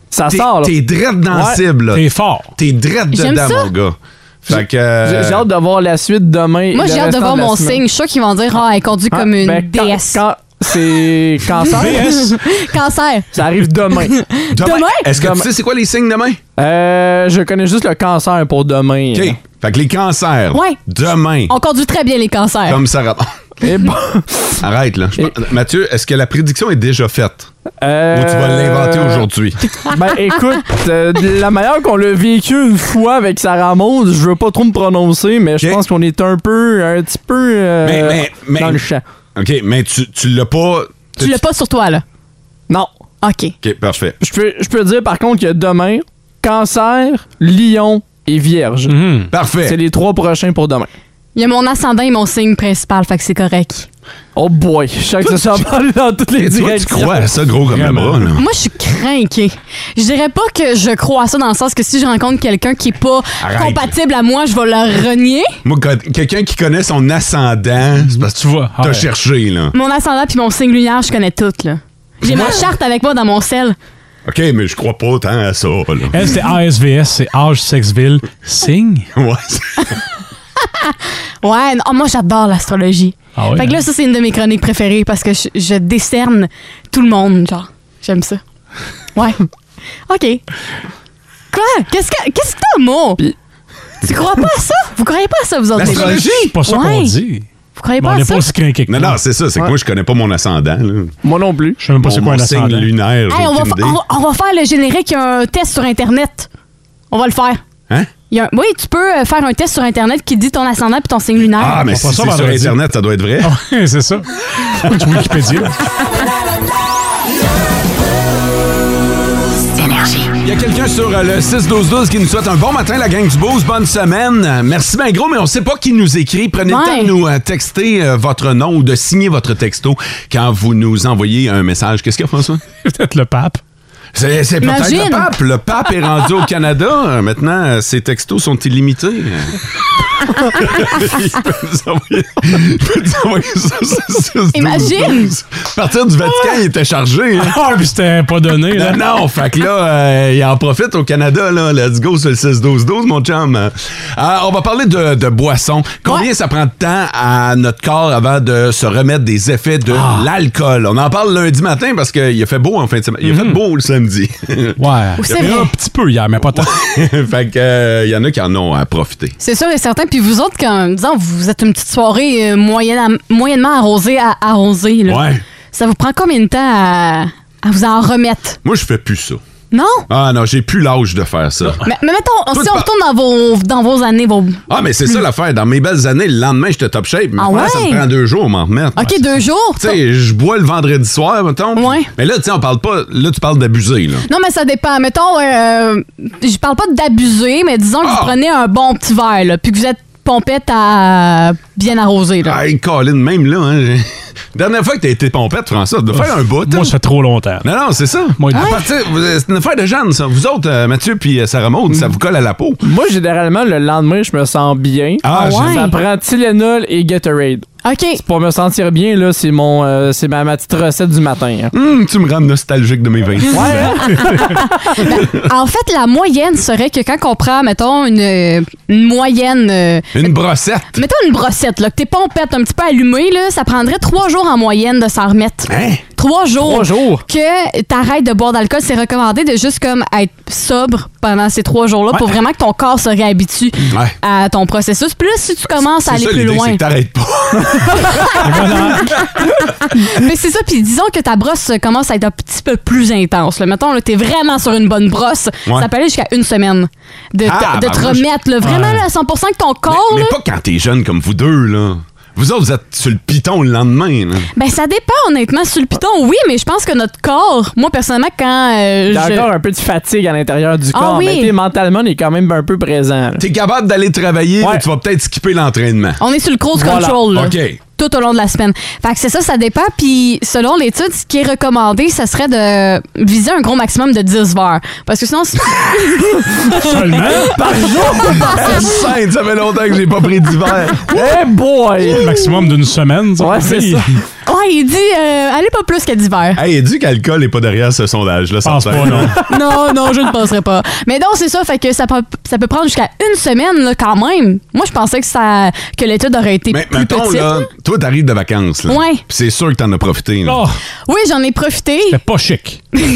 F: ça
B: t'es
F: sort, là.
B: t'es drette dans la
F: Ouais.
B: cible. là.
C: T'es fort.
B: T'es drette
D: J'aime
B: dedans,
D: ça.
B: mon gars. Fait que.
F: J'ai j'ai hâte de voir la suite demain. et
D: Moi,
F: le
D: j'ai hâte de
F: restant
D: voir
F: la
D: mon
F: semaine.
D: signe. Je suis sûre qu'ils vont dire, ah, elle conduit
F: Ah,
D: comme une
F: ben, quand-
D: déesse.
F: quand- C'est cancer.
C: PS,
D: Cancer.
F: ça arrive demain.
B: Demain?
D: Demain?
B: Est-ce que
F: Demain.
B: tu sais c'est quoi les signes demain?
F: Euh, je connais juste le cancer pour demain.
B: OK. Fait que les cancers.
D: Ouais.
B: Demain.
D: On conduit très bien les cancers.
B: Comme Sarah.
F: Et bon,
B: Arrête, là. Je pense- Mathieu, est-ce que la prédiction est déjà faite?
F: euh,
B: Ou tu vas l'inventer aujourd'hui?
F: Ben écoute, euh, de la manière qu'on l'a vécu une fois avec Sarah Maud, je veux pas trop me prononcer, mais je
B: Ok.
F: pense qu'on est un peu, un petit peu euh,
B: Mais- mais- mais-
F: dans le champ.
B: OK, mais tu, tu l'as pas.
D: Tu l'as pas sur toi, là?
F: Non.
D: OK.
B: OK, parfait.
F: Je peux, je peux dire par contre que demain, cancer, lion et vierge.
B: Mm.
F: C'est
C: Hmm.
B: Parfait.
F: les trois prochains pour demain.
D: Il y a mon ascendant et mon signe principal, fait que c'est correct.
F: Oh boy, je sens que ça s'en parle dans toutes
B: Toi,
F: les
B: tu
F: directions.
B: crois à ça gros comme le
C: Vraiment.
B: bras, là.
D: Moi, je suis crainquée. Je dirais pas que je crois à ça dans le sens que si je rencontre quelqu'un qui est pas
B: Arrête.
D: compatible à moi, je vais le renier.
B: Moi, quand- quelqu'un qui connaît son ascendant, c'est parce que tu
C: Tu vois,
B: t'as
C: ouais.
B: cherché, là.
D: Mon ascendant puis mon signe lunaire, je connais tout, là. J'ai ma charte avec moi dans mon sel.
B: OK, mais je crois pas tant à ça, là.
C: Elle, Eh, c'est ASVS, c'est âge, sexe, ville, signe.
B: Ouais.
D: Ouais, non, moi, j'adore l'astrologie.
C: Ah ouais,
D: fait que là,
C: hein?
D: ça, c'est une de mes chroniques préférées parce que je, je décerne tout le monde, genre. J'aime ça. Ouais. OK. Quoi? Qu'est-ce que qu'est-ce que t'as, moi? Tu crois pas à ça? Vous croyez pas à ça, vous autres? les gars?
B: L'astrologie?
C: C'est pas ça qu'on
D: Ouais.
C: dit.
D: Vous croyez
C: Mais
D: pas
C: on
D: à
C: n'est
D: ça?
C: pas aussi craqué que
B: Non,
C: toi.
B: non, c'est ça. C'est que
F: Ouais.
B: moi, je connais pas mon ascendant, là.
F: Moi non plus.
C: Je sais même pas
B: Mon-
C: c'est quoi un
B: mon signe
C: ascendant.
B: lunaire, j'ai
D: Hey, on, va
B: aucune
D: fa-
B: idée.
D: on va- on va faire le générique. Il y a un test sur Internet. On va le faire.
B: Hein?
D: Il y a un- oui, tu peux euh, faire un test sur Internet qui dit ton ascendant puis ton signe lunaire.
B: Ah, mais
C: On
B: si
C: va
B: c'est
C: pas ça
B: sur
C: vendredi. Ah
B: Internet, ça doit être vrai.
C: Ouais, c'est ça. Tu Wikipédia.
B: Il y a quelqu'un sur euh, le 6-12-12 qui nous souhaite un bon matin, la gang du Boost. Bonne semaine. Euh, Merci ben gros, mais on sait pas qui nous écrit. Prenez le
D: Ouais.
B: temps de nous euh, texter euh, votre nom ou de signer votre texto quand vous nous envoyez un message. Qu'est-ce qu'il y a, François?
C: Peut-être le pape.
B: C'est c'est peut-être
D: Imagine.
B: le pape. Le pape est rendu au Canada. Euh, Maintenant, euh, ses textos sont illimités. Il peut nous envoyer, il peut nous envoyer ça, ça, ça, ça,
D: Imagine.
B: À partir du Vatican, il était chargé. hein.
C: Ah, puis c'était pas donné, là.
B: Non, non, fait que là, euh, il en profite au Canada, là. Let's go sur le 6-12-12, mon chum. Euh, on va parler de, de boissons. Combien ça prend de temps à notre corps avant de se remettre des effets de
D: Ah.
B: l'alcool? On en parle lundi matin parce qu'il a fait beau en fin de semaine. Il a
D: Mm-hmm.
B: fait beau le samedi.
C: Ouais.
D: Ou c'est
C: Il y en a
D: vrai.
C: Un petit peu hier, mais pas tant.
B: fait que, euh, il y en a qui en ont à profiter.
D: C'est sûr et certain. Puis vous autres, quand, disons, vous êtes une petite soirée euh, moyenne à- moyennement arrosée à arrosée, là.
B: Ouais.
D: ça vous prend combien de temps à, à vous en remettre?
B: Moi, je fais plus ça.
D: Non?
B: Ah non, j'ai plus l'âge de faire ça.
D: Mais, mais mettons,
B: Toi,
D: si
B: tu
D: on
B: pars-
D: retourne dans vos, dans vos années, vos...
B: Ah, mais c'est ça l'affaire. Dans mes belles années, le lendemain, j'étais top shape.
D: Mm. Ah
B: Maintenant, ça me
D: ouais?
B: prend deux jours, m'en remettre.
D: OK,
B: Ouais,
D: deux jours?
B: Ah, Tu sais, je bois le vendredi soir, mettons.
D: Ouais.
B: Mais là, tu sais, on parle pas. Là, tu parles d'abuser, là.
D: Non, mais ça dépend. Mettons, euh, je parle pas d'abuser, mais disons que
B: Ah!
D: vous prenez un bon petit verre, là, puis que vous êtes pompette à bien arroser. Là.
B: Hey, Colin, même là, hein, j'ai- Dernière fois que t'as été pompette, François, ça doit faire un bout. hein.
C: Moi, ça fait trop longtemps.
B: Non, non, c'est ça.
C: Moi,
B: À
C: ouais.
B: partir- vous- euh, C'est une affaire de Jeanne, ça. Vous autres, euh, Mathieu puis euh, Sarah Maud,
D: Mm.
B: ça vous colle à la peau.
F: Moi, généralement, le lendemain, je me sens bien.
B: Ah,
D: ouais?
F: Ça prend Tylenol et Gatorade.
D: OK.
F: Pour me sentir bien, là, c'est mon, euh, c'est ma, ma petite recette du matin. hein.
B: Hum, tu me rends nostalgique de mes 26 ans.
D: En fait, la moyenne serait que quand on prend, mettons, une, euh, une moyenne... euh,
B: Une brossette.
D: mettons une brossette, là, que t'es pompette un petit peu allumée, là, ça prendrait trois jours en moyenne de s'en remettre.
B: Hein?
D: Trois jours.
F: Trois jours.
D: Que t'arrêtes de boire d'alcool, c'est recommandé de juste comme être sobre pendant ces trois jours-là pour vraiment que ton corps se réhabitue
B: Ouais.
D: à ton processus. Plus si tu commences à
B: C'est
D: aller
B: ça
D: plus
B: l'idée, c'est
D: loin.
B: que t'arrêtes pas.
D: Mais c'est ça, puis disons que ta brosse commence à être un petit peu plus intense. Là. Mettons, là, t'es vraiment sur une bonne brosse.
B: Ouais.
D: Ça peut aller jusqu'à une semaine de,
B: Ah,
D: de
B: bah,
D: te
B: moi, je-
D: remettre. là. vraiment,
C: Ouais.
D: là, à 100 que ton
B: Mais,
D: corps,
B: mais
D: là,
B: pas quand t'es jeune comme vous deux, là. Vous autres, vous êtes sur le piton le lendemain. là.
D: ben ça dépend honnêtement. Sur le piton, oui, mais je pense que notre corps, moi personnellement, quand euh,
F: Il y a
D: je...
F: encore un peu de fatigue à l'intérieur du
D: Ah
F: corps,
D: oui.
F: mais tu sais, mentalement, on est quand même un peu présent. là.
B: T'es capable d'aller travailler,
F: Ouais.
B: mais tu vas peut-être skipper l'entraînement.
D: On est sur le cruise
F: Voilà.
D: control. là,
B: OK.
D: Tout au long de la semaine. Fait que c'est ça, ça dépend. Puis selon l'étude, ce qui est recommandé, ça serait de viser un gros maximum de 10 verres. Parce que sinon, c'est-
C: Seulement?
B: Sainte, ça fait longtemps que j'ai pas pris d'hiver.
D: Ah
F: Hey boy!
C: Maximum d'une semaine.
F: Ouais,
C: tu sais.
F: c'est ça.
D: ouais, il dit, euh, allez pas plus qu'à 10 verres.
B: Hey, et du qu'alcool n'est pas derrière ce sondage, là,
C: Je pense pas, non.
D: non, non, je ne penserais pas. Mais non, c'est ça, fait que ça peut, ça peut prendre jusqu'à une semaine là, quand même. Moi, je pensais que ça que l'étude aurait été
B: Mais
D: plus
B: mettons,
D: petite.
B: là, toi, t'arrives de vacances, là.
D: Ouais.
B: Puis c'est sûr que t'en as profité, là.
C: Oh,
D: Oui, j'en ai profité.
C: c'était pas chic.
D: C'était-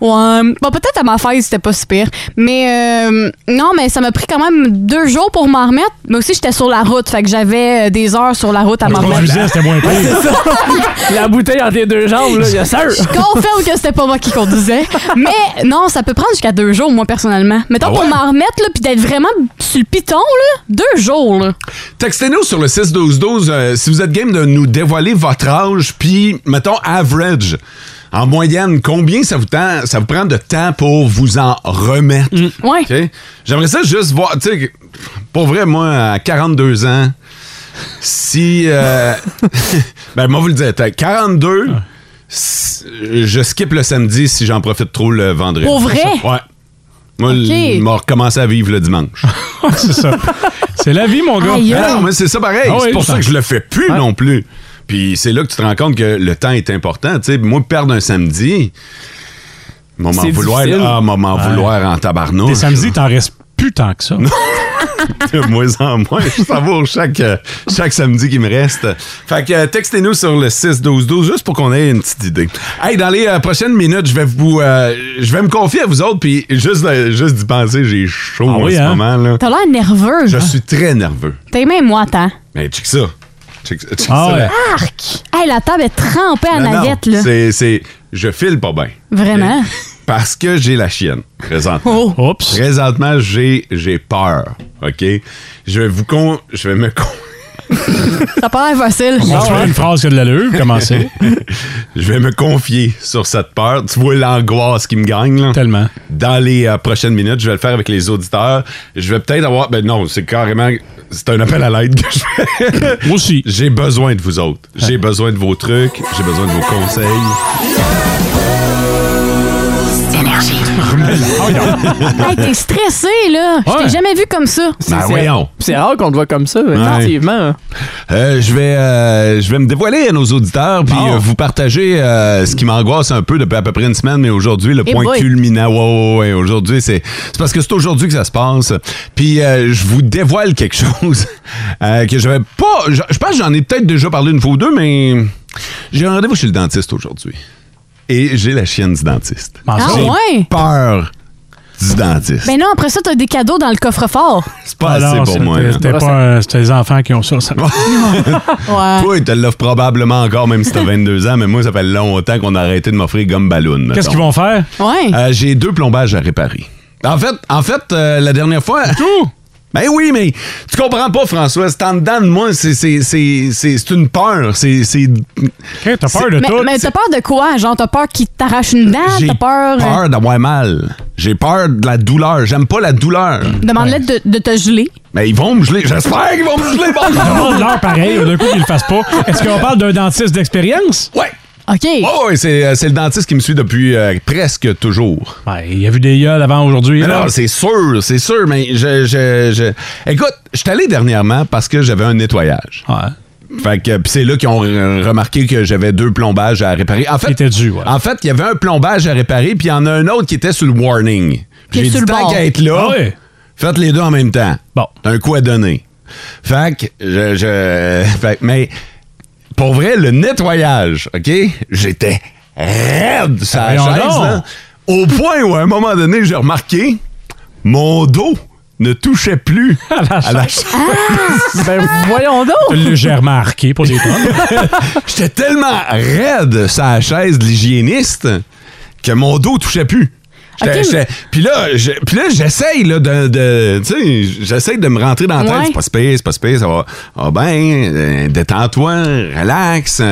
D: Ouais. Bon, peut-être à ma fête, c'était pas si pire. Mais euh, non, mais ça m'a pris quand même deux jours pour m'en remettre. Mais aussi, j'étais sur la route, fait que j'avais euh, des heures sur la route à m'en
C: Quand je
D: remettre.
C: disais, c'était moins pire.
F: c'est ça. La bouteille entre les deux jambes, là, il y a ça.
B: Ben
D: Je confirme que c'était pas moi qui conduisais. Mais non, ça peut prendre jusqu'à deux jours, moi, personnellement. Mettons
B: Ah
D: pour
B: ouais?
D: m'en remettre, là, puis d'être vraiment sur le piton, là, deux jours, là.
B: Textez-nous sur le 6-12-12 euh, si vous êtes game de nous dévoiler votre âge, puis, mettons, average. En moyenne, combien ça vous, tend- ça vous prend de temps pour vous en remettre?
D: Ouais.
B: OK? J'aimerais ça juste voir, tu sais, pour vrai, moi, à 42 ans, si... euh, ben, moi, vous le dites, à 42, si- je skip le samedi si j'en profite trop le vendredi.
D: Pour vrai?
B: Ouais. Moi,
D: OK.
B: je m'a recommencé à vivre le dimanche.
C: c'est ça. C'est la vie, mon gars.
D: Aïe,
B: Ah
D: aïe.
B: non, mais c'est ça pareil.
C: Ah oui,
B: c'est pour
C: je
B: ça que
C: pense.
B: je le fais plus non plus. Puis c'est là que tu te rends compte que le temps est important. Tu sais, moi, perdre un samedi, m'en
F: C'est
B: vouloir,
F: difficile.
B: là, ah, m'en vouloir en
C: Tes
B: tabarnouche.
C: samedis, t'en restes plus tant que ça.
B: de moins en moins. Je savoure chaque, euh, chaque samedi qui me reste. Fait que euh, textez-nous sur le 6-12-12 juste pour qu'on ait une petite idée. Hey, dans les euh, prochaines minutes, je vais vous euh, je vais me confier à vous autres, puis juste, euh, juste d'y penser, j'ai chaud
C: Ah
B: en
C: oui,
B: ce
C: hein?
B: moment. Là.
D: T'as l'air nerveux,
B: Je
D: là.
B: suis très nerveux.
D: T'es même moi, tant.
B: Mais check ça. Check, ça- check
C: Ah
B: ça,
C: ouais.
B: la-
D: Arc! Hey, la table est trempée à
B: Non, non,
D: navette, là.
B: C'est, c'est, je file pas bien.
D: Vraiment.
B: Parce que j'ai la chienne, présentement.
D: Oh.
C: Oups.
B: Présentement, j'ai, j'ai peur, OK? Je vais vous con... Je vais me con...
D: Ça a pas l'air facile.
C: On se fait une phrase qui a de l'allure, commencer.
B: Je vais me confier sur cette peur. Tu vois l'angoisse qui me gagne, là?
C: Tellement.
B: Dans les euh, prochaines minutes, je vais le faire avec les auditeurs. Je vais peut-être avoir... Ben non, c'est carrément... C'est un appel à l'aide que je fais.
C: Moi aussi.
B: J'ai besoin de vous autres. J'ai besoin de vos trucs. J'ai besoin de vos conseils.
D: Hey, t'es stressé, là. Je
C: Ouais.
D: t'ai jamais vu comme ça.
B: Ben
F: c'est-
B: voyons.
F: C'est rare qu'on te voit comme ça, effectivement.
B: Euh, je vais euh, je vais me dévoiler à nos auditeurs puis
F: Bon.
B: euh, vous partager euh, ce qui m'angoisse un peu depuis à peu près une semaine mais aujourd'hui le
D: Eh
B: point
D: boy.
B: culminant ouais ouais, ouais, aujourd'hui c'est c'est parce que c'est aujourd'hui que ça se passe puis euh, je vous dévoile quelque chose euh, que j'avais pas je, je pense que j'en ai peut-être déjà parlé une fois ou deux mais j'ai un rendez-vous chez le dentiste aujourd'hui et j'ai la chienne du dentiste
C: Ah
D: Ah
C: J'ai
D: ouais?
B: peur du dentiste
D: Ben non, après ça, t'as des cadeaux dans le coffre-fort.
B: c'est pas
C: Ah non,
B: assez pour
C: c'était-
B: moi hein.
C: C'était pas un- c'était les enfants qui ont ça. ça.
D: Ouais.
B: Toi, ils te l'offrent probablement encore, même si t'as 22 ans, mais moi, ça fait longtemps qu'on a arrêté de m'offrir gomme ballon.
C: Qu'est-ce qu'ils vont faire?
D: Ouais.
B: Euh, J'ai deux plombages à réparer. En fait, en fait, euh, la dernière fois. Tout! Ben oui, mais tu comprends pas, François. C'est en dedans de moi. C'est c'est- c'est- c'est- c'est une peur. C'est. c'est-
C: Hey, T'as peur de
D: mais
C: tout.
D: mais t'as peur de quoi? Genre, t'as peur qu'il t'arrache une dent?
B: J'ai
D: T'as peur. euh,
B: peur d'avoir mal. J'ai peur de la douleur. J'aime pas la douleur.
D: Demande-le de, de te geler.
B: Mais ils vont me geler. J'espère qu'ils vont me geler.
C: Tout le
B: bon.
C: monde leur pareil, d'un coup qu'ils le fassent pas. Est-ce qu'on parle d'un dentiste d'expérience?
B: ouais!
D: OK.
B: Oh, ouais, c'est euh, c'est le dentiste qui me suit depuis euh, presque toujours.
C: Ben, il a vu des gueules avant aujourd'hui.
B: Mais
C: là.
B: non, c'est sûr, c'est sûr, mais je, je, je... Écoute, je suis allé dernièrement parce que j'avais un nettoyage.
C: Ouais.
B: Fait que pis c'est là qu'ils ont re- remarqué que j'avais deux plombages à réparer. En fait,
C: Qui étaient dus, ouais.
B: En fait, il y avait un plombage à réparer, puis il y en a un autre qui était sur le warning.
D: Qui est
B: Puis J'ai dit,
D: sur le
B: tant
D: bord.
B: qu'à être là,
C: Ah ouais.
B: faites les deux en même temps.
C: Bon.
B: T'as un coup à donner. Fait que, je, je- fait que- mais pour vrai, le nettoyage, OK? J'étais raide sur la
C: Voyons
B: chaise,
C: donc.
B: là. Au point où, à un moment donné, j'ai remarqué mon dos ne touchait plus à la chaise.
F: Ben, voyons donc!
C: Légèrement arqué pour des tonnes.
B: J'étais tellement raide sur la chaise de l'hygiéniste que mon dos touchait plus. J'étais-
D: Ok, mais-
B: j'étais- Puis là, je- puis là, j'essaye là, de, de- tu sais, j'essaye de me rentrer dans la tête.
D: Ouais.
B: C'est pas space, c'est pas space, ça va, ah ben, euh, détends-toi, relax.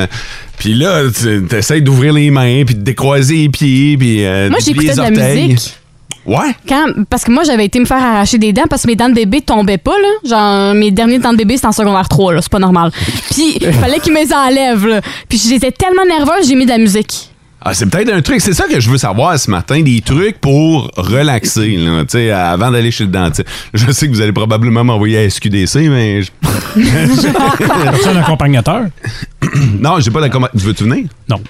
B: Puis là, tu essaies d'ouvrir les mains, puis de décroiser les pieds, puis euh,
D: Moi,
B: d'oublier
D: j'écoutais de
B: les
D: la
B: orteils.
D: musique.
B: Ouais.
D: Quand, parce que moi, j'avais été me faire arracher des dents parce que mes dents de bébé tombaient pas, là. Genre, mes derniers dents de bébé, c'était en secondaire 3, là. C'est pas normal. Puis, il fallait qu'ils me les enlèvent, là. Puis, j'étais tellement nerveuse, j'ai mis de la musique.
B: Ah, c'est peut-être un truc, c'est ça que je veux savoir ce matin, des trucs pour relaxer, là, tu sais, avant d'aller chez le dentiste. Je sais que vous allez probablement m'envoyer à SQDC, mais je-
C: T'as-tu un accompagnateur?
B: non, j'ai pas la commande. Veux-tu venir?
C: Non.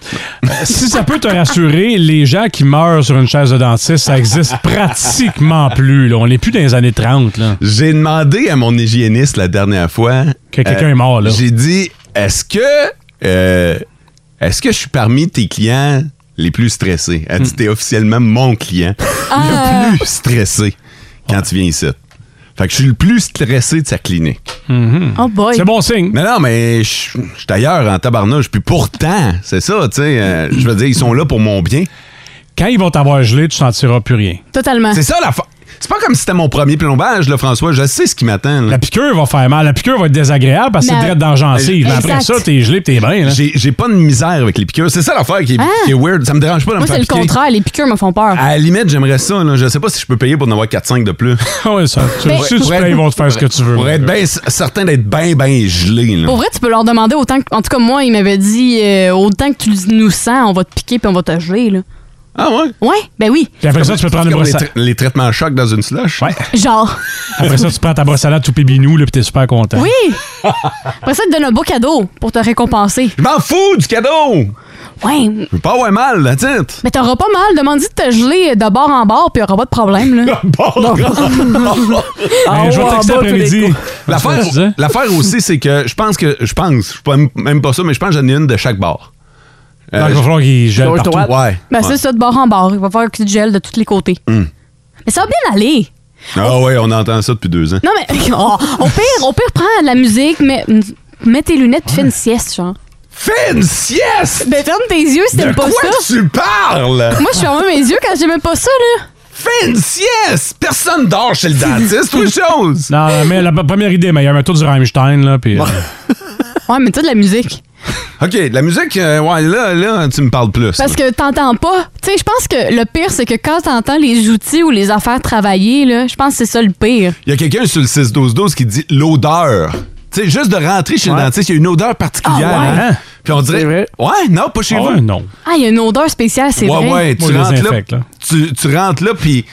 C: Euh, si ça peut te rassurer, les gens qui meurent sur une chaise de dentiste, ça existe pratiquement plus. Là. On n'est plus dans les années 30. Là.
B: J'ai demandé à mon hygiéniste la dernière fois. euh,
C: Que quelqu'un est mort, là.
B: J'ai dit, est-ce que, euh, est-ce que je suis parmi tes clients les plus stressés? Elle
C: Hmm.
B: dit, t'es officiellement mon client le plus stressé quand tu viens ici. Fait que je suis le plus stressé de sa clinique.
D: Oh boy.
C: Hmm. C'est bon signe.
B: Non, non, mais je je suis ailleurs en tabarnouche. Puis pourtant, c'est ça, tu sais. euh, je veux dire, ils sont là pour mon bien.
C: Quand ils vont t'avoir gelé, tu sentiras plus rien.
D: Totalement.
B: C'est ça la fa- C'est pas comme si c'était mon premier plombage, là, François. Je sais ce qui m'attend. là.
C: La piqûre va faire mal. La piqûre va être désagréable parce que c'est
D: Mais-
C: direct dans la gencive. Mais après
D: Exact.
C: ça, t'es gelé pis t'es bien. là.
B: J'ai j'ai pas de misère avec les piqûres. C'est ça l'affaire qui, est- qui est weird. Ça me dérange pas de me
D: Ah. Moi,
B: faire
D: c'est le
B: piquer.
D: contraire. Les piqûres me font peur.
B: À la limite, j'aimerais ça. Là. Je sais pas si je peux payer pour en avoir 4-5 de plus.
C: Ah ouais, ça. Tu
D: Ben-
C: si tu
B: Pour être-
C: payes, ils vont te faire ce que tu veux.
B: Pour être bien certain d'être bien, bien gelé. là.
D: Pour vrai, tu peux leur demander autant que. En tout cas, moi, il m'avait dit euh, autant que tu nous sens, on va te piquer puis on va te geler, là.
B: Ah ouais?
D: Ouais, ben oui.
C: Puis après ça, tu peux prendre
B: C'est
C: une
B: comme
C: brosse
B: les,
C: à...
B: tra- les traitements à choc dans une slush.
C: Ouais.
D: Genre.
C: Après ça, tu prends ta brosse à lait tout pébinou, là, pis t'es super content.
D: Oui! Après ça, ils te donne un beau cadeau pour te récompenser.
B: Je m'en fous du cadeau!
D: Ouais,
B: Je veux pas avoir mal, la titre.
D: mais t'auras pas mal. Demande-y de te geler de bord en bord, puis y'aura pas de problème, là.
C: Ben, je vais
F: en
C: texter
F: bas, tous les
C: après-midi.
F: coups.
B: L'affaire euh,
C: Tu disais?
B: l'affaire aussi, c'est que je pense que. Je pense, je suis pas- même pas ça, mais je pense que j'en ai une de chaque bord. Euh,
C: Donc, Ah, il va falloir qu'il gèle
F: Sur le
C: partout.
F: toit.
B: ouais.
D: Ben,
B: ouais. Hmm.
D: c'est ça, de bord en bord. Il va falloir que tu te gèles de tous les côtés. Mais ça va bien aller.
B: Ah ouais, on entend ça depuis deux ans.
D: Non, mais oh, au pire, au pire, prends de la musique, mais mets tes lunettes puis fais une sieste, genre.
B: Fais une sieste!
D: Ben, ferme tes yeux si
B: De
D: t'aimes pas
B: quoi
D: ça.
B: tu parles?
D: Moi, je ferme mes yeux quand j'aime pas ça, là.
B: Fais une sieste! Personne dort chez le dentiste, ou chose!
C: Non, non, mais la p- première idée, mais il y a un tour du Rammstein, là, puis... euh,
D: Ouais, mais tu de la musique.
B: OK, la musique, euh, ouais, là, là, tu me parles plus.
D: Parce que t'entends pas. Tu sais, je pense que le pire, c'est que quand t'entends les outils ou les affaires travailler, là, je pense que c'est ça le pire.
B: Il y a quelqu'un sur le 6-12-12 qui dit l'odeur. Tu sais, juste de rentrer chez le
F: Ouais.
B: dentiste, il y a une odeur particulière.
D: Ah ouais?
B: hein? Puis on dirait.
F: C'est vrai.
B: Ouais, non, pas chez
C: ah
B: vous.
C: ouais, non.
D: Ah, il y a une odeur spéciale, c'est
B: ouais,
D: vrai.
B: ouais,
C: Moi,
B: tu
C: je
B: rentres là,
C: désinfecte, là.
B: Tu, tu rentres là, puis tu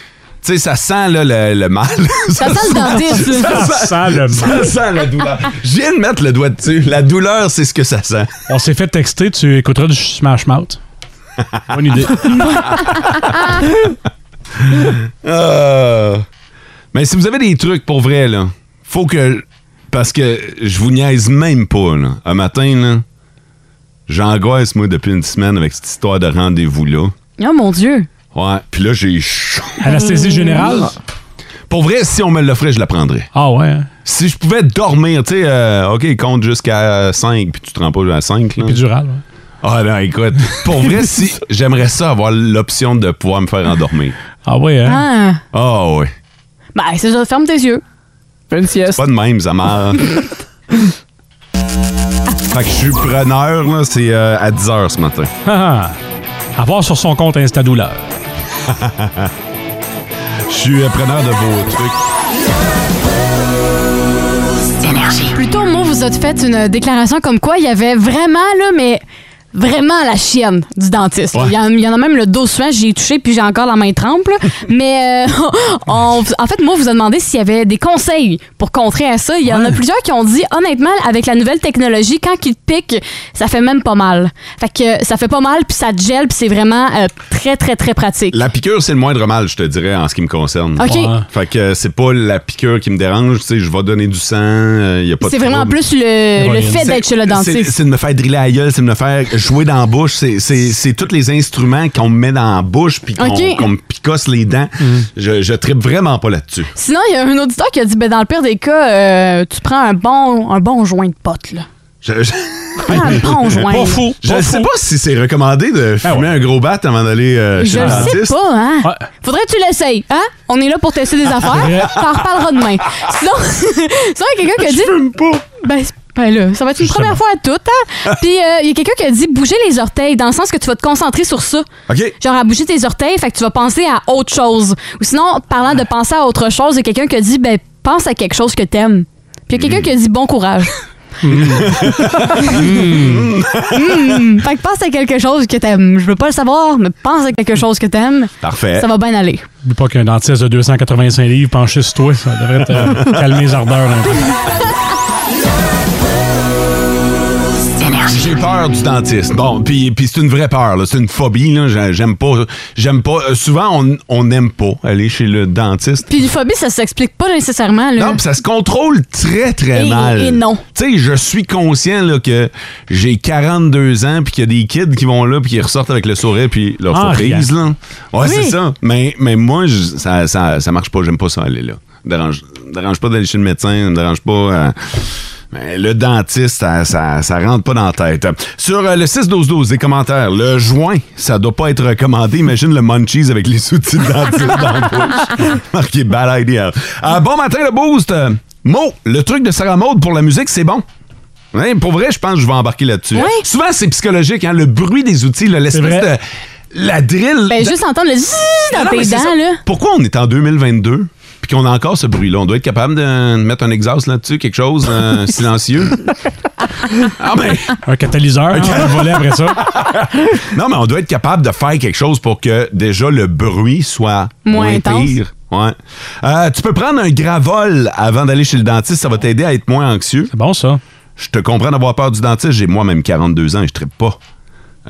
B: sais, ça sent là, le, le mal.
D: Ça sent le dentiste. là.
C: Ça sent le mal.
B: Ça sent la douleur. Je viens de mettre le doigt dessus. La douleur, c'est ce que ça sent.
C: On s'est fait texter, tu écouteras du Smash Mouth. Bonne idée.
B: Euh. Mais si vous avez des trucs pour vrai, là, faut que. Parce que je vous niaise même pas, là. Un matin, là, j'angoisse, moi, depuis une semaine avec cette histoire de rendez-vous-là.
D: Oh mon Dieu.
B: Ouais. Puis là, j'ai chaud.
C: Anesthésie générale?
B: Pour vrai, si on me l'offrait, je la prendrais.
C: Ah ouais. hein?
B: Si je pouvais dormir, tu sais, euh, OK, compte jusqu'à 5, puis tu te rends pas à 5. Là.
C: Épidurale, ouais.
B: Ah non, écoute. Pour vrai, si j'aimerais ça avoir l'option de pouvoir me faire endormir.
C: Ah ouais, hein?
D: Ah.
B: Ah ouais.
D: Ben, c'est ça, ferme tes yeux.
F: Fais une sieste.
B: Pas de même, ça m'a. fait que je suis preneur, là, c'est euh, à 10h ce matin.
C: Ah, ah. À voir sur son compte Instadouleur.
B: Je suis euh, preneur de vos trucs.
D: Plutôt, moi, vous avez fait une déclaration comme quoi il y avait vraiment, là, mais vraiment la chienne du dentiste. Il, y en, il y en a même le dos souvent, j'y ai touché, puis j'ai encore la main trempe. là. mais euh, on- en fait, moi, vous ai demandé s'il y avait des conseils pour contrer à ça. Il y en a plusieurs qui ont dit, honnêtement, avec la nouvelle technologie, quand il te pique, ça fait même pas mal. Fait que ça fait pas mal, puis ça te gèle, puis c'est vraiment euh, très, très, très pratique.
B: La piqûre, c'est le moindre mal, je te dirais, en ce qui me concerne.
D: OK.
C: Ouais.
B: Fait que euh, c'est pas la piqûre qui me dérange, tu sais, je vais donner du sang, euh, y a pas de
D: C'est vraiment
B: trouble.
D: plus le, le
C: Ouais,
D: fait d'être chez le
B: C'est
D: dentiste.
B: c'est de me faire driller à gueule, c'est de me faire jouer dans la bouche. C'est- C'est c'est tous les instruments qu'on me met dans la bouche puis qu'on
D: Ok.
B: qu'on me picosse les dents.
C: Mm.
B: Je, je tripe vraiment pas là-dessus.
D: Sinon, il y a un auditeur qui a dit ben, dans le pire des cas, euh, tu prends un bon, un bon joint de pote. Là.
B: Je, je-
D: Prends un Ah, bon joint.
C: Pas fou.
B: je
C: pas
B: sais
C: fou. Ah
B: pas si c'est recommandé de fumer
C: ouais.
B: un gros bat avant d'aller euh,
D: Je
B: chez le
D: le sais
B: dentiste.
D: pas, hein?
C: Ouais.
D: Faudrait que tu l'essayes, hein? On est là pour tester des affaires. T'en reparleras demain. Sinon, sinon, il y a quelqu'un qui a dit. Je fume pas. Ben, c'est- ben là, ça va être une première fois à tout, hein? Puis, euh, il y a quelqu'un qui a dit bouger les orteils, dans le sens que tu vas te concentrer sur ça.
B: OK.
D: Genre à bouger tes orteils, fait que tu vas penser à autre chose. Ou sinon, parlant de penser à autre chose, il y a quelqu'un qui a dit ben pense à quelque chose que t'aimes. Puis il y a quelqu'un qui a dit bon courage. Hmm. Mm. Fait que pense à quelque chose que t'aimes. Je veux pas le savoir, mais pense à quelque chose que t'aimes.
B: Parfait.
D: Ça va bien aller.
C: N'oublie pas qu'un dentiste de 285 livres penché sur toi, ça devrait te euh, calmer les ardeurs un peu.
B: J'ai peur du dentiste. Bon, puis puis c'est une vraie peur, là. c'est une phobie. là. J'a- J'aime pas. J'aime pas. euh, souvent, on on n'aime pas aller chez le dentiste.
D: Puis une phobie, ça s'explique pas nécessairement. Là.
B: Non, puis ça se contrôle très, très
D: Et-
B: mal.
D: et non.
B: Tu sais, je suis conscient là, que j'ai 42 ans, puis qu'il y a des kids qui vont là, puis qui ressortent avec le sourire, puis leur
C: Ah,
B: surprise, là. Ouais,
D: Oui.
B: c'est ça. Mais, mais moi, je- ça, ça, ça marche pas. J'aime pas ça aller là. dérange, dérange pas d'aller chez le médecin, me dérange pas. euh, mais le dentiste, ça, ça, ça rentre pas dans la tête. Sur euh, le 6-12-12, des commentaires. Le joint, ça doit pas être recommandé. Imagine le munchies avec les outils de dentiste dans la bouche. Marqué bad idea. Euh, bon matin, le boost. Euh, Mo, le truc de Sarah Maud pour la musique, c'est bon. Hein, pour vrai, je pense que je vais embarquer là-dessus.
D: Oui.
B: Souvent, c'est psychologique, hein, le bruit des outils, là, l'espèce de.
C: vrai.
B: La drill.
D: Ben, juste entendre le zzz dans
B: Non, mais
D: tes
B: c'est ça.
D: dents, là.
B: Pourquoi on est en 2022 puis qu'on a encore ce bruit-là? On doit être capable de mettre un exhaust là-dessus, quelque chose euh, silencieux. ah, mais,
C: Un catalyseur, un volet après ça.
B: non, mais on doit être capable de faire quelque chose pour que déjà le bruit soit
D: Moins
B: moins,
D: intense.
B: pire. Ouais. Euh, tu peux prendre un gravol avant d'aller chez le dentiste, ça va t'aider à être moins anxieux.
C: C'est bon, ça.
B: Je te comprends d'avoir peur du dentiste, j'ai moi-même 42 ans et je trippe pas.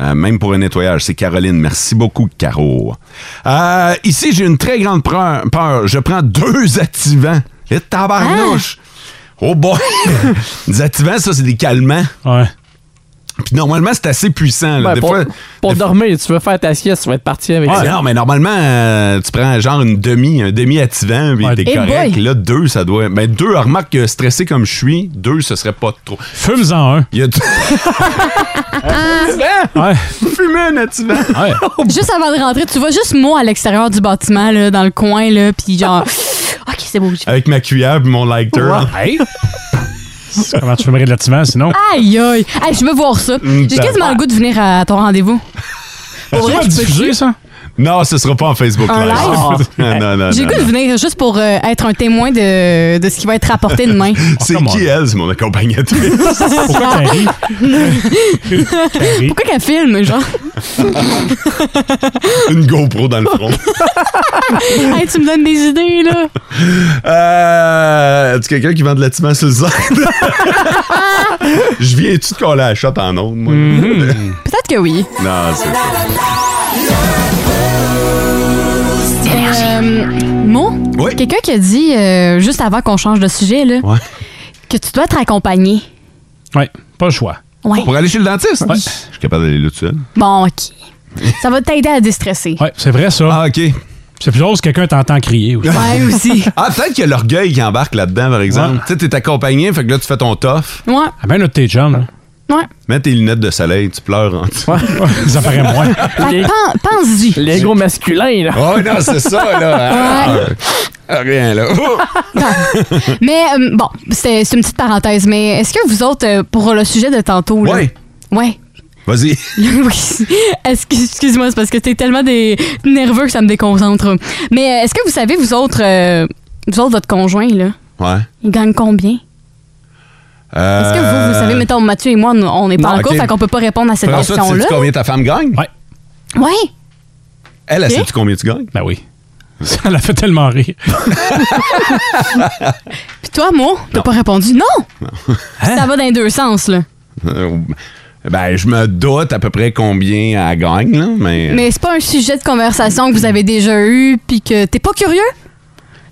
B: Euh, même pour un nettoyage, c'est Caroline. Merci beaucoup, Caro. Euh, ici, j'ai une très grande preur- peur. Je prends deux activants. Et tabarnouche! Oh boy! des activants, ça, c'est des calmants.
C: Ouais.
B: Puis normalement, c'est assez puissant. là.
F: Ouais,
B: des
F: Ben, pour,
B: fois,
F: pour
B: des fois-
F: dormir, tu veux faire ta sieste, tu vas être parti avec
B: Ouais,
F: ça.
B: non, mais normalement, euh, tu prends genre une demi, un demi-attivant, puis
C: Ouais.
B: t'es
D: Eh
B: correct.
D: boy!
B: Là, deux, ça doit... Mais deux, remarque que stressé comme je suis, deux, ce serait pas trop.
C: Fume-en un.
B: Il y a...
C: Ouais.
B: Fumer un attivant!
C: Ouais.
B: Oh.
D: Juste avant de rentrer, tu vas juste moi à l'extérieur du bâtiment, là, dans le coin, là, puis genre. OK, c'est beau. j'ai-
B: avec ma cuillère et mon lighter.
C: Hey! Comment tu fumerais de l'activant, sinon?
D: Aïe, aïe. Hey, je veux voir
B: Mm,
D: ça. J'ai
B: t'as-
D: quasiment le goût de venir à, à ton rendez-vous.
C: Pour
D: vrai,
C: vrai,
D: tu peux
C: diffuser,
D: le-
C: ça?
B: Non, ce sera pas en Facebook
D: En
B: Live.
F: live?
B: non, non, non.
D: J'ai le goût de
B: non.
D: venir juste pour euh, être un témoin de, de ce qui va être rapporté demain.
B: C'est
C: Oh, come
B: qui
C: on.
B: elle? C'est mon accompagnatrice.
C: Pourquoi t'as ri?
D: Pourquoi qu'elle filme, genre?
B: Une GoPro dans le front.
D: Hey, tu me donnes des idées, là.
B: Euh, As-tu quelqu'un qui vend de l'atiment sur le side? Je viens-tu de coller la shot en ondes, moi?
D: Peut-être que oui.
B: Non, c'est ça.
D: Euh, Mo,
B: Oui.
D: quelqu'un qui a dit, euh, juste avant qu'on change de sujet, là,
B: Ouais.
D: que tu dois être accompagné.
C: Ouais, pas le choix.
D: Ouais.
B: Pour aller chez le dentiste?
C: Ouais.
B: Je suis capable d'aller là tout seul.
D: Bon, OK. Ça va t'aider à déstresser.
C: Ouais, c'est vrai,
F: Ah.
C: ça.
B: Ah, OK.
C: C'est plus drôle si quelqu'un t'entend crier aussi.
D: Ouais, aussi.
B: Ah, peut-être qu'il y a l'orgueil qui embarque là-dedans, par exemple.
C: Ouais.
B: Tu sais, t'es accompagné, fait que là, tu fais ton tof.
D: Ouais,
C: Ah ben, notre tes chums, là.
D: ouais.
B: Mets tes lunettes de soleil, tu pleures en dessous.
C: Ils apparaissent moins.
D: Fait que
F: Les-
D: pen- pense-y.
F: L'ego masculin, là.
B: Oh non, c'est ça, là.
D: Ouais.
B: Ah, rien, là. Oh!
D: Mais euh, bon, c'est c'est une petite parenthèse, mais est-ce que vous autres, euh, pour le sujet de tantôt, là,
B: Ouais.
D: Ouais.
B: Vas-y.
D: oui. Est-ce que- Excuse-moi, c'est parce que t'es tellement des... nerveux que ça me déconcentre. Mais euh, est-ce que vous savez, vous autres, euh, vous autres, votre conjoint, là,
B: Ouais.
D: il gagne combien? Est-ce que vous, vous savez, mettons, Mathieu et moi, on- on n'est pas
B: Non,
D: en couple,
B: ok.
D: fait qu'on peut pas répondre à cette
B: Euh, François, tu
D: question-là.
B: sais combien ta femme gagne?
C: Ouais,
D: Ouais.
B: Elle, elle
D: Ok.
B: sait-tu combien tu gagnes?
C: ben oui. Ça l'a fait tellement rire.
D: Puis toi, moi, t'as pas répondu. Non!
B: Hein?
D: Ça va dans les deux sens, là.
B: Euh, ben, je me doute à peu près combien elle gagne, là, mais... euh,
D: Mais c'est pas un sujet de conversation que vous avez déjà eu, puis que t'es pas curieux?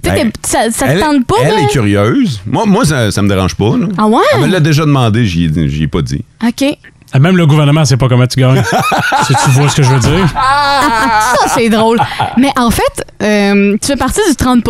D: Tu sais,
B: Ben,
D: t'es- ça, ça te
B: elle,
D: tente pas,
B: Elle
D: là?
B: est curieuse. Moi, moi ça, ça me dérange pas. là.
D: Ah ouais?
B: Elle me l'a déjà demandé, j'y ai, j'y ai pas dit.
D: OK.
C: Ah, Même le gouvernement sait pas comment tu gagnes. si tu vois ce que je veux dire.
D: Ça, c'est drôle. Mais en fait, euh, tu fais partie du 30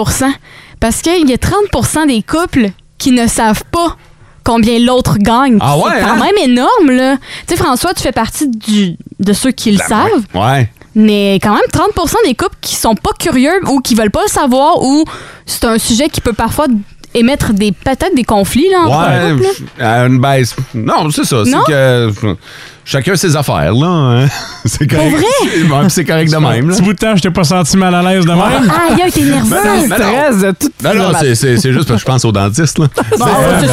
D: parce qu'il y a 30 des couples qui ne savent pas combien l'autre gagne.
B: Ah ouais,
D: C'est quand
B: hein?
D: même énorme, là. Tu sais, François, tu fais partie du, de ceux qui le savent,
B: Ben Ouais.
D: mais quand même 30 des couples qui sont pas curieux ou qui veulent pas le savoir ou c'est un sujet qui peut parfois émettre des peut-être des conflits, là, entre Ah, un
B: Ouais.
D: couple, là.
B: euh, une baisse. Non, c'est ça.
D: Non?
B: C'est que euh, chacun ses affaires, là. hein. C'est correct. C'est- bon, C'est correct de même, là.
C: Petit bout de temps, je t'ai pas senti mal à l'aise de même.
D: Ah, aïe, t'es nerveux!
B: Ben non, ben non.
F: Stress de tout.
B: Non, non,
F: le
B: c'est- c'est c'est juste parce que je pense au dentiste, là.
D: Bon,
F: Ah
D: c'est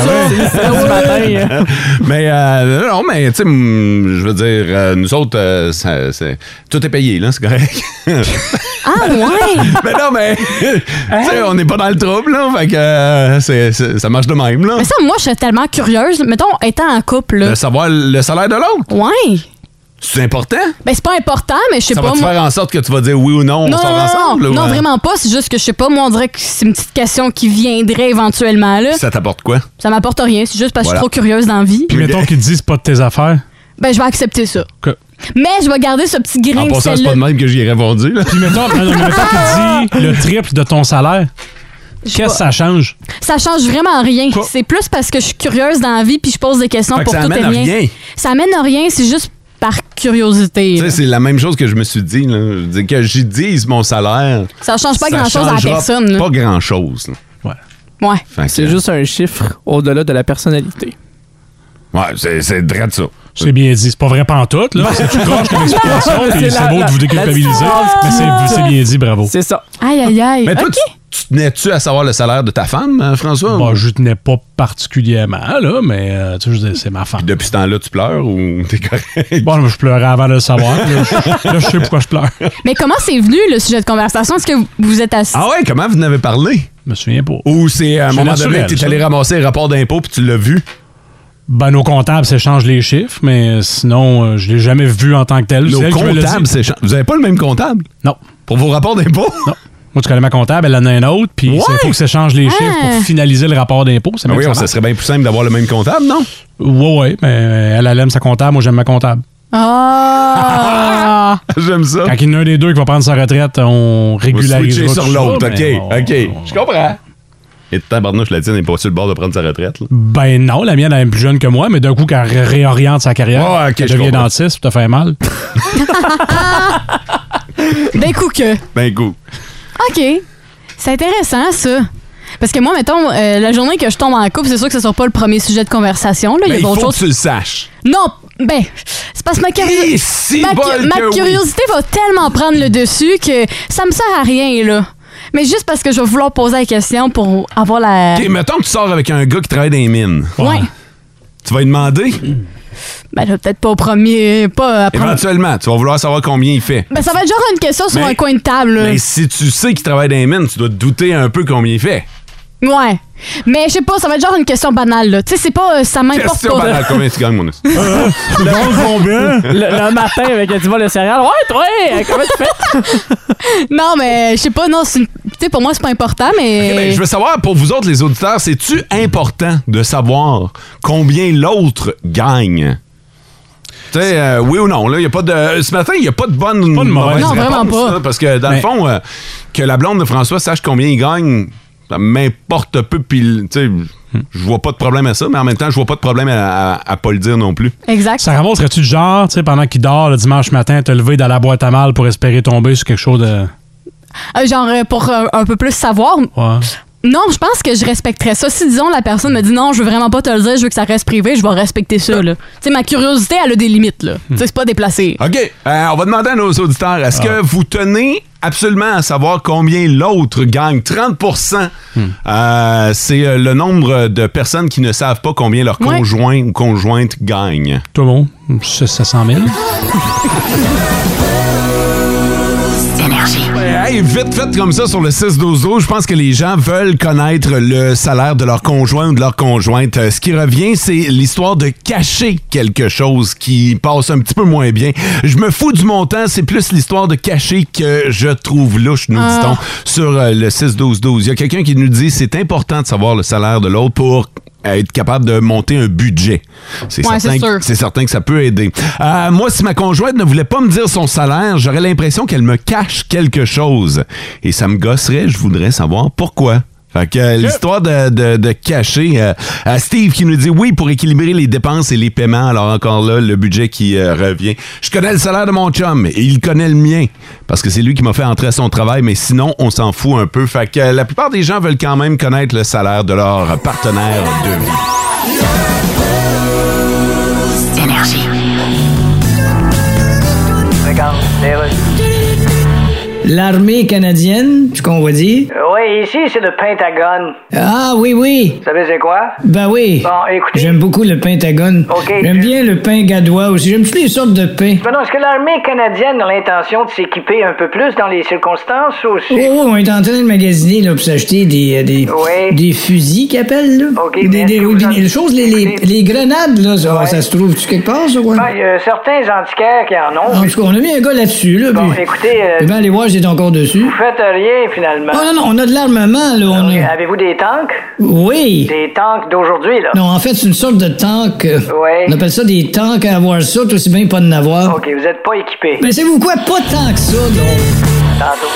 D: ça.
F: matin, hein.
B: mais euh, non, mais tu sais, mm, je veux dire, euh, nous autres, euh, ça- c'est- tout est payé, là, c'est correct.
D: Ah,
B: ben,
D: ouais!
B: mais non, mais tu
D: Hein?
B: sais, on n'est pas dans le trouble, là, fait que euh, c'est- c'est- ça marche de même, là.
D: Mais ça, moi, je suis tellement curieuse. Mettons, étant en couple, là.
B: De savoir le salaire de l'autre,
D: Ouais.
B: c'est important.
D: Ben, c'est pas important, mais je sais
B: Ça
D: pas.
B: va te
D: moi-
B: faire en sorte que tu vas dire oui ou non, on
D: Non,
B: sort
D: non, non,
B: ensemble. euh,
D: non,
B: là,
D: non,
B: ouais.
D: vraiment pas. C'est juste que je sais pas. Moi, on dirait que c'est une petite question qui viendrait éventuellement, là. Ça,
B: Ça t'apporte quoi?
D: m'apporte rien. C'est juste parce que
B: Voilà.
D: je suis trop curieuse dans la vie.
C: Puis mettons qu'ils te disent pas de tes affaires.
D: Ben, je vais accepter ça.
C: Que-
D: Mais je vais garder ce petit grain
B: En
D: de
B: passant, c'est
C: euh,
D: sel-là.
B: pas de même que j'y ai répondu, là.
C: Puis mettons, non, non, mais mettons qu'ils te disent le triple de ton salaire.
D: Je
C: Qu'est-ce que
D: vois-
C: ça change?
D: ça change vraiment rien.
C: Quoi?
D: C'est plus parce que je suis curieuse dans la vie puis je pose des questions
B: Fait que
D: pour
B: ça
D: tout et
B: amène à rien.
D: Ça amène à rien, c'est juste par curiosité.
B: Tu sais,
D: là.
B: c'est la même chose que je me suis dit. Là. Je dis que j'y dise mon salaire.
D: Ça change Ah, pas
B: ça
D: grand-chose à la
B: changera
D: personne. là.
B: Pas grand-chose. là.
D: Ouais.
B: Fait que-
F: C'est juste un chiffre au-delà de la personnalité.
B: Ouais, c'est, c'est drôle ça.
C: C'est bien dit. C'est pas vrai pantoute, là. C'est tout croche comme explication,
F: mais
C: puis
F: c'est
C: c'est
F: la-
C: beau
F: la-
C: de vous
F: la
C: déculpabiliser.
F: différence
C: Mais c'est c'est bien dit, bravo.
B: Oh.
F: C'est ça.
D: Aïe, aïe, aïe.
B: Mais toi,
D: Ok.
B: tu, tu tenais-tu à savoir le salaire de ta femme, hein, François?
C: Bon, je tenais pas particulièrement, là, mais euh, tu sais, je veux dire, c'est ma femme.
B: Depuis ce temps-là, tu pleures ou t'es correct?
C: Bon, je pleurais avant de le savoir. Là, je, là, je sais pourquoi je pleure. Je
D: Mais comment c'est venu le sujet de conversation? Est-ce que vous- vous êtes assis?
B: Ah ouais, comment vous en avez parlé?
C: me souviens pas.
B: Ou c'est à un
C: C'est
B: moment
C: naturel,
B: donné, t'es
C: ça.
B: allé ramasser un rapport d'impôt puis tu l'as vu?
C: Ben, nos comptables s'échangent les chiffres, mais sinon, euh, je l'ai jamais vu en tant que tel. C'est
B: Nos
C: elle qui me l'a dit.
B: comptables, c'est... Vous avez pas le même comptable?
C: Non,
B: Pour vos rapports d'impôt? Ah
C: non. Moi, tu connais ma comptable, elle en a un autre, puis
B: Ouais.
C: il faut que s'échangent les chiffres
D: Ah.
C: pour finaliser le rapport d'impôt. C'est
B: Ben
C: même
B: oui,
C: ça
B: on- ça
C: marche.
B: serait bien plus simple d'avoir le même comptable, non?
C: Ouais, ouais, mais euh, elle, elle aime sa comptable, moi, j'aime ma comptable.
D: Ah!
B: J'aime ça.
C: Quand il y en a un des deux qui va prendre sa retraite, on
B: On va
C: régularise.
B: switcher sur l'autre. OK, OK. Je comprends. Et tabarnouche, la tienne n'est pas sur le bord de prendre sa retraite. là.
C: Ben non, la mienne, elle est plus jeune que moi, mais d'un coup, qu'elle ré- réoriente sa carrière,
B: Ouais, Ah, ok,
C: elle
B: je
C: devient
B: comprends.
C: dentiste, puis t'as fait mal.
D: D'un coup que.
B: Ben coup.
D: OK. C'est intéressant, ça. Parce que moi, mettons, euh, la journée que je tombe en couple, c'est sûr que ce sera pas le premier sujet de conversation. Là. Il y a
B: Ben, il faut
D: d'autres
B: que
D: choses.
B: tu le saches.
D: Non, ben, c'est parce que ma, curi-
B: Et si
D: ma,
B: bol
D: cu- ma
B: que oui.
D: curiosité va tellement prendre le dessus que ça me sert à rien, là. Mais juste parce que je vais vouloir poser la question pour avoir la.
B: OK, mettons que tu sors avec un gars qui travaille dans les mines.
D: Ouais.
B: Tu vas lui demander?
D: Ben, là, peut-être pas au premier. Pas
B: Eh ben,
D: à prendre-
B: Éventuellement, tu vas vouloir savoir combien il fait.
D: Ben, ça va être genre une question sur
B: Mais-
D: un coin de table, là.
B: Mais si tu sais qu'il travaille dans les mines, tu dois te douter un peu combien il fait.
D: Ouais. Mais je sais pas, ça va être genre une question banale, là. Tu sais, c'est pas. euh, Ça m'importe
B: Question
D: pas.
B: banale, combien tu gagnes, mon os?
F: Le, le matin, avec un petit bol de céréales, ouais, toi, hey, comment tu fais?
D: Non, mais je sais pas, non, c'est une- tu sais, pour moi, c'est pas important, mais.
B: Eh ben, je veux savoir, pour vous autres, les auditeurs, c'est-tu important de savoir combien l'autre gagne? Tu sais, euh, oui ou non? Là, y a pas de, euh, ce matin, il n'y a pas de bonne
C: Pas de mauvaise
D: Non,
B: réponse,
D: vraiment pas.
B: hein, parce que, dans le
C: Mais-
B: fond, euh, que la blonde de François sache combien il gagne, ça m'importe peu. Puis, tu sais, je vois pas de problème à ça, mais en même temps, je vois pas de problème à, à, à pas le dire non plus.
D: Exact.
C: Sarah Maud, serais-tu du genre, tu sais, pendant qu'il dort le dimanche matin, te lever dans la boîte à mal pour espérer tomber sur quelque chose de.
D: Euh, genre, euh, pour euh, un peu plus savoir,
C: Ouais.
D: non, je pense que je respecterais ça. Si, disons, la personne me dit non, je veux vraiment pas te le dire, je veux que ça reste privé, je vais respecter ça, là. Tu sais, ma curiosité, elle a des limites, là. Tu sais, c'est pas déplacé.
B: OK, euh, on va demander à nos auditeurs, est-ce que vous tenez absolument à savoir combien l'autre gagne? 30 euh, c'est euh, le nombre de personnes qui ne savent pas combien leur
D: Ouais.
B: conjoint ou conjointe gagne.
C: Tout le monde, 700 000.
B: Hey, vite fait comme ça sur le 6-12-12, je pense que les gens veulent connaître le salaire de leur conjoint ou de leur conjointe. Euh, Ce qui revient, c'est l'histoire de cacher quelque chose qui passe un petit peu moins bien. Je me fous du montant, c'est plus l'histoire de cacher que je trouve louche, nous
D: Ah.
B: dit-on, sur euh, le 6-12-12. Il y a quelqu'un qui nous dit c'est important de savoir le salaire de l'autre pour être capable de monter un budget. C'est
D: Ouais,
B: certain
D: c'est
B: que-
D: sûr.
B: c'est certain que ça peut aider. Euh, moi, si ma conjointe ne voulait pas me dire son salaire, j'aurais l'impression qu'elle me cache quelque chose. Et ça me gosserait, je voudrais savoir pourquoi. Fait que euh, l'histoire de, de- de cacher. euh, à Steve qui nous dit oui pour équilibrer les dépenses et les paiements. Alors encore là, le budget qui euh, revient. Je connais le salaire de mon chum et il connaît le mien parce que c'est lui qui m'a fait entrer à son travail, mais sinon, on s'en fout un peu. Fait que euh, la plupart des gens veulent quand même connaître le salaire de leur partenaire de vie.
G: Regarde, les Russes.
H: L'armée canadienne, ce qu'on va dire.
G: Oui, ici, c'est le Pentagone.
H: Ah oui, oui.
G: Vous savez, c'est quoi?
H: Ben oui.
G: Bon, écoutez.
H: J'aime beaucoup le pain Tagone.
G: Ok.
H: J'aime bien le pain gadois aussi. J'aime toutes les sortes de pain.
G: Ben non, est-ce que l'armée canadienne a l'intention de s'équiper un peu plus dans les circonstances ou
H: Oh,
G: c'est...
H: oh, on est en train de magasiner là, pour s'acheter des, euh, des,
G: Ouais.
H: des fusils qu'ils appellent. Là.
G: Ok,
H: des,
G: mais
H: des,
G: est-ce que vous en-
H: les choses, les, les,
G: Écoutez.
H: les grenades, là, ça,
G: Ouais.
H: ça se trouve-tu quelque part, ça? Ouais?
G: Ben, il y a certains antiquaires qui en ont.
H: En tout cas, on a mis un gars là-dessus. Là,
G: Bon,
H: puis-
G: écoutez, euh,
H: Ah, Eh ben, allez voir, j'étais encore dessus.
G: vous faites rien, finalement.
H: Oh non, non, on a de l'armement, là. On
G: Ok,
H: a...
G: Avez-vous des tanks?
H: Oui.
G: Des tanks d'aujourd'hui, là.
H: Non, en fait, c'est une sorte de tank. euh,
G: Ouais.
H: On appelle ça des tanks à avoir ça, tout aussi bien pas de n'avoir.
G: OK, vous n'êtes pas équipés.
H: Mais savez-vous quoi? Pas tant que ça, donc.
G: Tantôt.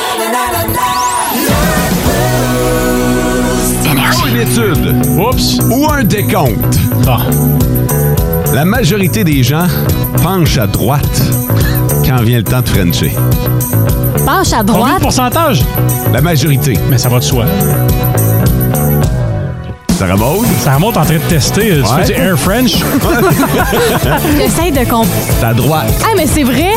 B: étude
C: Oups.
B: ou un décompte, la majorité des gens penchent à droite quand vient le temps de Frencher.
D: Penche à
C: Combien de
D: droite.
C: pourcentage?
B: La majorité.
C: Mais ça va de soi.
B: Ça remonte?
C: Ça remonte en train de tester. euh, Tu
B: Ouais.
C: fais du Air French?
D: J'essaie de comprendre.
B: C'est à droite.
D: Ah, mais c'est vrai.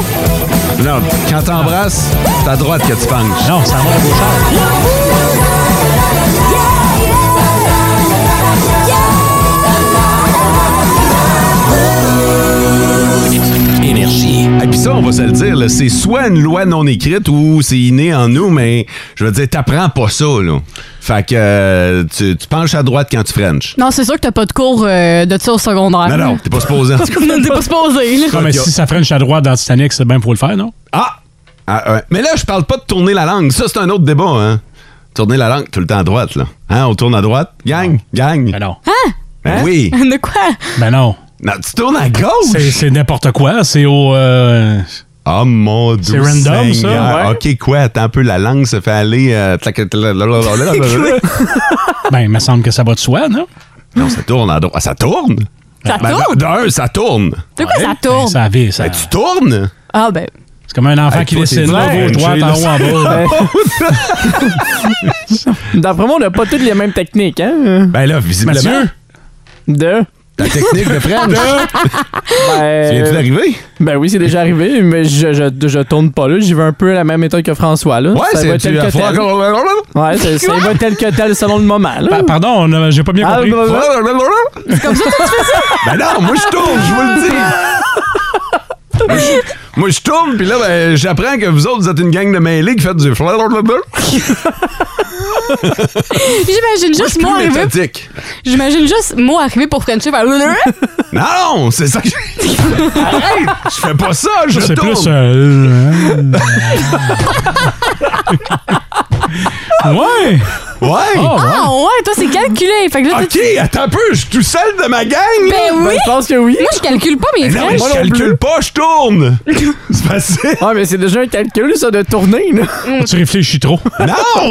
B: Non, quand t'embrasses, c'est à droite que tu penches.
C: Non, ça remonte au char.
E: Énergie.
B: Et puis ça, on va se le dire, là, c'est soit une loi non écrite ou c'est inné en nous, mais je veux dire, t'apprends pas ça, là. Fait que euh, tu, tu penches à droite quand tu French.
D: Non, c'est sûr que t'as pas de cours euh, de ça au secondaire.
B: Non, non, t'es pas supposé. en tout cas.
D: T'es pas supposé, là.
C: Non, mais Ben, si ça French à droite dans Titanic, c'est bien pour le faire, non?
B: Ah! Ah, ouais. Mais là, je parle pas de tourner la langue. Ça, c'est un autre débat, hein? Tourner la langue tout le temps à droite, là. Hein, on tourne à droite? Gang, gang.
C: Ben non.
B: Ben Oui.
D: De quoi?
C: Ben non.
B: Non, tu tournes à
C: C'est-
B: gauche?
C: C'est n'importe quoi. C'est au. euh,
B: Oh mon dieu.
C: C'est random, ça,
B: Seigneur.
C: ouais.
B: OK, quoi? Attends un peu, la langue se fait aller. euh, tlac, tlac, tlac, tlac, tlac, tlac, tlac, tlac.
C: Ben, il me semble que ça va de soi, non?
B: non, ça tourne à droite. Ah, ça tourne?
D: Ça
B: Ben,
D: tourne?
B: D'un, ça tourne.
D: De quoi ça
C: Ben,
D: tourne?
C: ça vit, ça.
B: Ben, tu tournes?
D: Ah, ben.
C: C'est comme un enfant
B: Hey,
C: qui
B: toi, t'es
C: dessine là, gauche,
B: French,
C: droite, en haut,
B: là.
C: en bas.
F: Ben, D'après moi, on n'a pas toutes les mêmes techniques, hein?
B: Ben là, visiblement.
C: Mathieu?
F: De.
B: Ta technique de French.
F: Ben,
B: Viens-tu d'arriver?
F: ben oui, c'est déjà arrivé, mais je, je, je tourne pas là. J'y vais un peu à la même méthode que François, là.
B: Ouais,
F: ça
B: c'est
F: va tel
B: tu
F: que
B: as
F: tel. Ouais, ça, ça va tel que tel selon le moment, là.
C: Pa- Pardon, on a- j'ai pas bien
F: Ah,
C: compris.
F: bah, bah,
B: C'est comme ça que tu fais ça? Ben non, moi je tourne, je vous le dis. Moi, je- Moi, je tourne, puis là, ben, j'apprends que vous autres, vous êtes une gang de mêlés qui faites du blablabla.
D: J'imagine juste moi,
B: Plus
D: arriver.
B: méthodique.
D: J'imagine juste moi arriver pour Frenchie faire.
B: Non, c'est ça que je... Arrête, je fais pas ça, je
C: C'est
B: tourne.
C: plus. euh, ouais!
B: Ouais.
C: Ah, ouais.
D: Ah, ouais, toi, c'est calculé. Fait que là,
B: OK,
D: tu-
B: attends un peu, je suis tout seul de ma gang. là.
D: Ben oui!
F: Je pense que oui.
D: Moi, je calcule pas mes
B: Ben Non,
D: French.
B: je calcule pas, je tourne. C'est facile.
F: Ah, mais c'est déjà un calcul, ça, de tourner, là.
C: Tu réfléchis trop.
B: Non,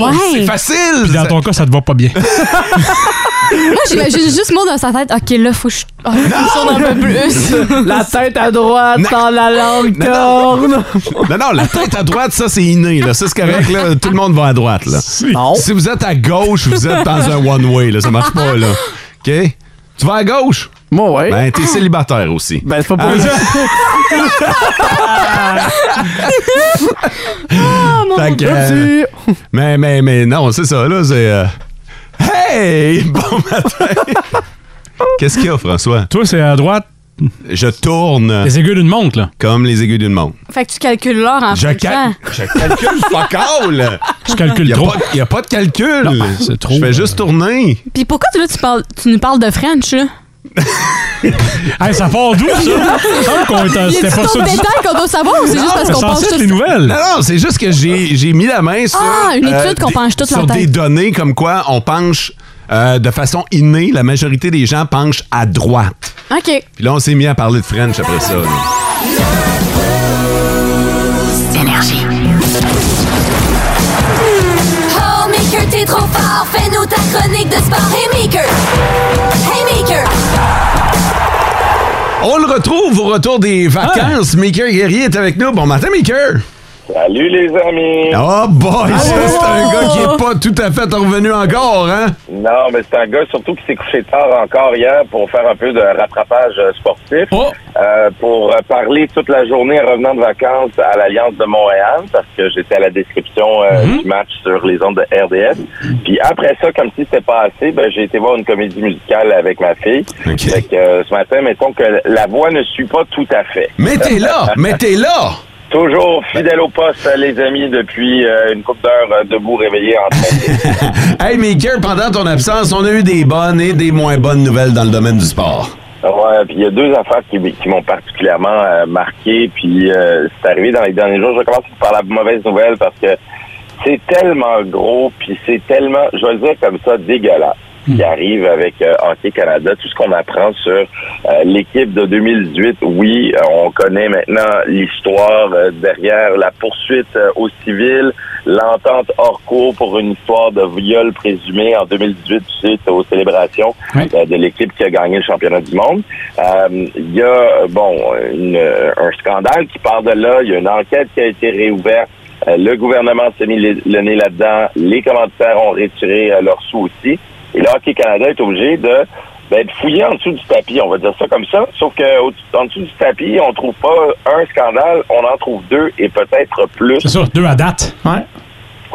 D: Ouais.
B: c'est facile.
C: Puis dans ton cas, ça te va pas bien.
D: Moi, Ah, j'imagine juste moi dans sa tête. OK, là, faut que je. Ah, faut que je tourne un peu plus.
F: La tête à droite,
B: Non.
F: dans la langue
B: Non,
F: tourne.
B: Non, non, la tête à droite, ça, c'est inné. Là. Ça, c'est correct. Là. Tout le monde va à droite. Là.
F: Non.
B: Si vous êtes à gauche, vous êtes dans un one-way. Là. Ça marche pas, là. OK? Tu vas à gauche?
F: Moi, ouais. Ben,
B: Ben, Ah, t'es célibataire aussi.
F: c'est pas pour
D: Ah,
B: Fait que, euh,
F: Oupsie.
B: mais, mais, mais non, c'est ça, là. C'est... euh, Hey! Bon matin! Qu'est-ce qu'il y a, François?
C: Toi, c'est à droite,
B: Je tourne
C: les aiguilles d'une montre, là.
B: comme les aiguilles d'une montre.
D: Fait que tu calcules l'heure en
B: Je,
D: même
B: cal-
D: temps.
B: je calcule fuck all!
C: Tu
B: Il
C: calcules
B: n'y a,
C: trop.
B: pas- y a pas de calcul!
C: Non, c'est trop,
B: Je fais
C: euh,
B: juste tourner.
D: Puis pourquoi tu, là, tu, parles, tu nous parles de French, là?
C: Euh, Hey, ça part d'où, ça? Il me semble qu'on était-
D: Y a
C: C'était
D: du
C: pas ça
D: trop de
C: du
D: détails qu'on doit savoir ou c'est juste parce
C: C'est
D: qu'on pense
C: censé être
D: tout
C: les nouvelles.
B: Non, non, c'est juste que j'ai j'ai mis la main sur. euh,
D: Ah, une étude qu'on
B: des-
D: penche toute la
B: Sur
D: tête.
B: des données comme quoi on penche euh, de façon innée, la majorité des gens penchent à droite.
D: OK.
B: Puis là, on s'est mis à parler de French après ça. là.
I: Oh, Maker, t'es trop fort. Fais-nous ta chronique de sport. Hey, Maker. Hey, Maker.
B: On le retrouve au retour des vacances. Maker Guerrier est avec nous. Bon matin, Maker!
J: Salut les amis!
B: Oh boy, ça, c'est un gars qui est pas tout à fait revenu encore, hein?
J: Non, mais c'est un gars surtout qui s'est couché tard encore hier pour faire un peu de rattrapage euh, sportif,
C: Oh.
J: euh, pour euh, parler toute la journée en revenant de vacances à l'Alliance de Montréal, parce que j'étais à la description euh, du match sur les ondes de RDS. Puis après ça, comme si c'était pas assez, ben, j'ai été voir une comédie musicale avec ma fille.
B: OK.
J: Fait que, euh, ce matin, mettons que la voix ne suit pas tout à fait.
B: Mais t'es là! Mais t'es là!
J: Toujours fidèle au poste, les amis, depuis euh, une couple d'heures euh, debout réveillé en train de-
B: Hey, Maker, pendant ton absence, on a eu des bonnes et des moins bonnes nouvelles dans le domaine du sport.
J: Ouais, puis il y a deux affaires qui, qui m'ont particulièrement euh, marqué, puis euh, c'est arrivé dans les derniers jours. Je vais commencer par la mauvaise nouvelle parce que c'est tellement gros, puis c'est tellement, je vais le dire comme ça, dégueulasse qui arrive avec euh, Hockey Canada, tout ce qu'on apprend sur euh, l'équipe de 2018. Oui, euh, on connaît maintenant l'histoire euh, derrière la poursuite euh, au civil, l'entente hors cours pour une histoire de viol présumé en 2018 suite aux célébrations oui. euh, de l'équipe qui a gagné le championnat du monde. Euh, Il y a, bon, une, un scandale qui part de là. Il y a une enquête qui a été réouverte. Euh, le gouvernement s'est mis le nez là-dedans. Les commanditaires ont retiré euh, leurs sous aussi. Et là, Hockey Canada est obligé de ben, fouiller en dessous du tapis, on va dire ça comme ça. Sauf que au en dessous du tapis, on trouve pas un scandale, on en trouve deux et peut-être plus.
C: C'est sûr, deux à date. Ouais.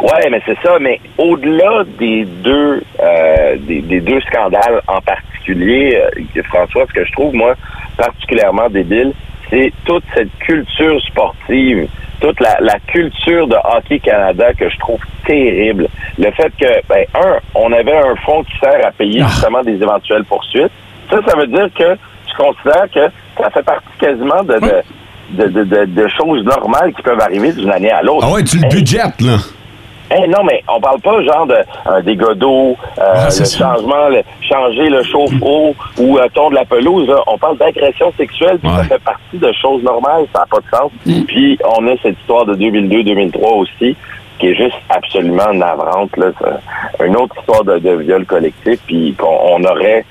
J: Ouais, mais c'est ça. Mais au-delà des deux euh, des, des, deux scandales en particulier, euh, François, ce que je trouve moi particulièrement débile, c'est toute cette culture sportive, toute la, la culture de Hockey Canada que je trouve terrible. Le fait que, ben, un, on avait un fonds qui sert à payer justement des éventuelles poursuites. Ça, ça veut dire que je considère que ça fait partie quasiment de, de, de, de, de choses normales qui peuvent arriver d'une année à l'autre.
B: Ah ouais, tu le budgettes, là.
J: Hey, Eh, non, mais on parle pas genre de euh, dégât d'eau, euh, ah, le changement, le, changer le chauffe-eau ou le euh, ton de la pelouse. Là. On parle d'agression sexuelle, puis ouais. ça fait partie de choses normales, ça n'a pas de sens. Mm. Puis on a cette histoire de 2002-2003 aussi, qui est juste absolument navrante. Là. Une autre histoire de, de viol collectif, puis qu'on on aurait...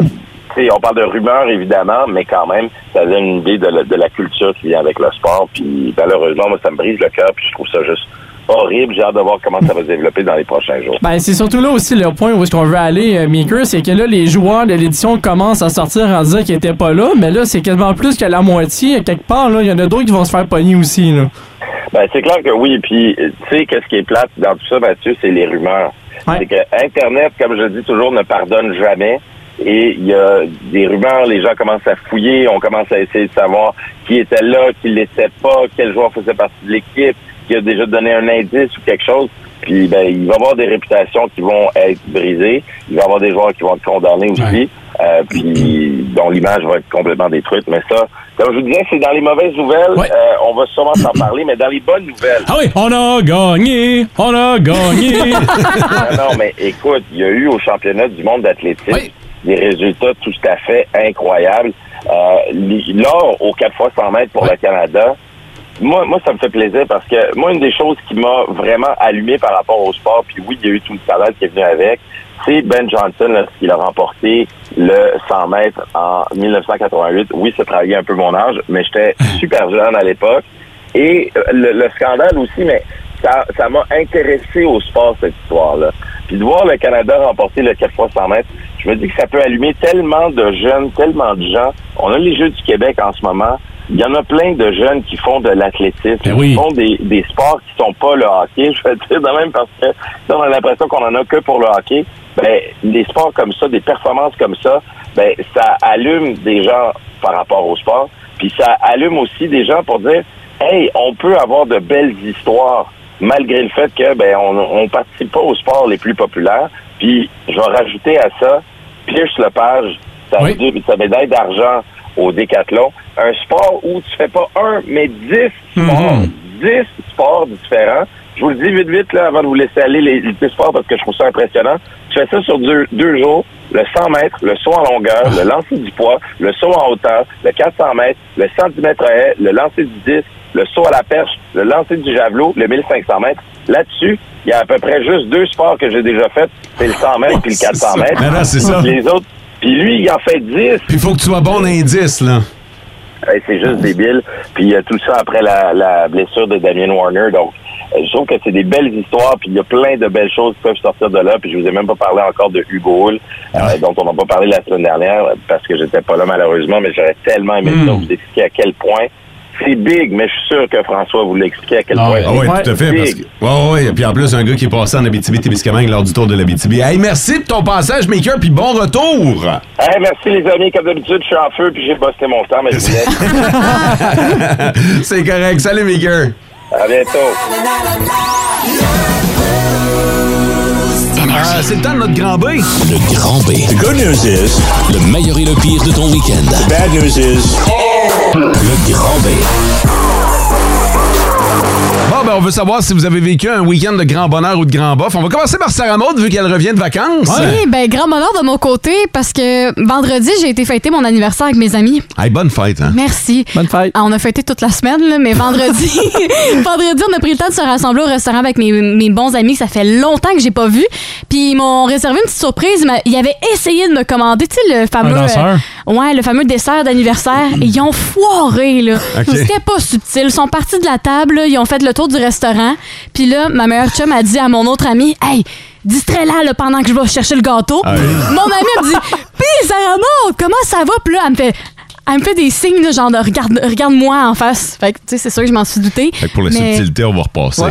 J: Mm. T'sais, on parle de rumeurs, évidemment, mais quand même, ça donne une idée de, la, de la culture qui vient avec le sport. Puis malheureusement, moi, ça me brise le cœur, puis je trouve ça juste horrible. J'ai hâte de voir comment ça va se développer dans les prochains jours.
F: Ben, c'est surtout là aussi le point où est-ce qu'on veut aller, euh, Maker, c'est que là, les joueurs de l'édition commencent à sortir en disant qu'ils n'étaient pas là, mais là, c'est quasiment plus que la moitié. Quelque part, il y en a d'autres qui vont se faire pogner aussi. Là.
J: Ben, c'est clair que oui. Puis, tu sais, qu'est-ce qui est plate dans tout ça, Mathieu, c'est les rumeurs. Ouais. C'est que Internet, comme je dis toujours, ne pardonne jamais. Et il y a des rumeurs, les gens commencent à fouiller, on commence à essayer de savoir qui était là, qui l'était pas, quel joueur faisait partie de l'équipe, qui a déjà donné un indice ou quelque chose, puis ben, il va y avoir des réputations qui vont être brisées, il va y avoir des joueurs qui vont être condamnés aussi, ouais. euh, puis dont l'image va être complètement détruite. Mais ça, comme je vous disais, c'est dans les mauvaises nouvelles, ouais. euh, on va sûrement s'en parler, mais dans les bonnes nouvelles.
C: Ah oui, on a gagné, on a gagné.
J: non, Ah non, mais écoute, il y a eu au championnat du monde d'athlétisme oui. des résultats tout à fait incroyables. Euh, L'or au 4 x 100 mètres pour ouais. le Canada, moi, moi, ça me fait plaisir parce que moi, une des choses qui m'a vraiment allumé par rapport au sport, puis oui, il y a eu tout le salade qui est venu avec, c'est Ben Johnson lorsqu'il a remporté le 100 mètres en 1988. Oui, ça travaillait un peu mon âge, mais j'étais super jeune à l'époque. Et euh, le, le, scandale aussi, mais ça m'a ça intéressé au sport, cette histoire-là. Puis de voir le Canada remporter le 4 fois 100 mètres, je me dis que ça peut allumer tellement de jeunes, tellement de gens. On a les Jeux du Québec en ce moment. Il y en a plein de jeunes qui font de l'athlétisme, qui oui. font des, des, sports qui sont pas le hockey. Je vais dire de même parce que on a l'impression qu'on en a que pour le hockey. Ben, des sports comme ça, des performances comme ça, ben, ça allume des gens par rapport au sport. Puis ça allume aussi des gens pour dire, hey, on peut avoir de belles histoires malgré le fait que ben on, on participe pas aux sports les plus populaires. Puis je vais rajouter à ça Pierce Lepage, sa, oui. deux, sa médaille d'argent au décathlon, un sport où tu fais pas un, mais dix sports, mm -hmm. dix sports différents. Je vous le dis vite, vite, là, avant de vous laisser aller les, les dix sports parce que je trouve ça impressionnant. Tu fais ça sur deux, deux jours, le 100 mètres, le saut en longueur, ah. le lancer du poids, le saut en hauteur, le 400 mètres, le 110 mètres à haie, le lancer du disque, le saut à la perche, le lancer du javelot, le 1500 mètres. Là-dessus, il y a à peu près juste deux sports que j'ai déjà faits, c'est le 100 mètres oh, puis le 400 mètres.
B: Non, non, ça.
J: Les autres, puis lui, il en fait 10.
B: Puis il faut que tu sois bon dans les 10, là.
J: Hey, c'est juste débile. Puis il y a tout ça après la, la blessure de Damien Warner. Donc, euh, je trouve que c'est des belles histoires, puis il y a plein de belles choses qui peuvent sortir de là. Puis je vous ai même pas parlé encore de Hugo Hull, ouais. euh, dont on n'a pas parlé la semaine dernière parce que j'étais pas là malheureusement, mais j'aurais tellement aimé mm. vous expliquer à quel point c'est big, mais je suis sûr que François vous l'expliquait à quel
B: ah,
J: point.
B: Ah oui, tout à fait. Parce que, ouais, ouais, et puis en plus, un gars qui est passé en Abitibi-Témiscamingue lors du tour de l'Abitibi. Hey, merci de ton passage, Maker, puis bon retour.
J: Hey, merci, les amis. Comme d'habitude, je suis en feu, puis j'ai bossé mon temps, mais je vous
B: C'est correct. Salut, Maker.
J: À bientôt.
B: Ah, c'est le temps de notre grand B.
E: Le grand B.
K: The good news is...
E: Le meilleur et le pire de ton week-end.
K: The bad news is...
E: Le grand B.
B: Bon, Bon, ben, on veut savoir si vous avez vécu un week-end de grand bonheur ou de grand bof. On va commencer par Sarah Maud, vu qu'elle revient de vacances.
D: Oui, ben grand bonheur de mon côté parce que vendredi, j'ai été fêter mon anniversaire avec mes amis.
B: Hey, bonne fête, hein?
D: Merci.
C: Ben,
F: Bonne fête.
D: Ah, on a fêté toute la semaine, là, mais vendredi, vendredi, on a pris le temps de se rassembler au restaurant avec mes, mes bons amis que ça fait longtemps que j'ai pas vu. Puis ils m'ont réservé une petite surprise. Mais ils avaient essayé de me commander, tu sais, le fameux.
C: danseur?
D: euh, ouais, le fameux dessert d'anniversaire.
B: Mm.
D: Et Ils ont foiré, là.
C: Ok.
D: C'était pas subtil. Ils sont partis de la table, là, ils ont fait le tour du restaurant. Puis là, ma meilleure chum a dit à mon autre ami Hey, distrais-la là, pendant que je vais chercher le gâteau.
I: Ah oui.
D: Mon ami me dit Pis Sarah Maud, comment ça va? Puis là, elle me fait. Elle me fait des signes, là, genre de regarde- regarde-moi en face. Fait que, tu sais, c'est sûr que je m'en suis douté.
B: Fait que pour la
D: Mais-
B: subtilité, on va repasser.
D: Ouais,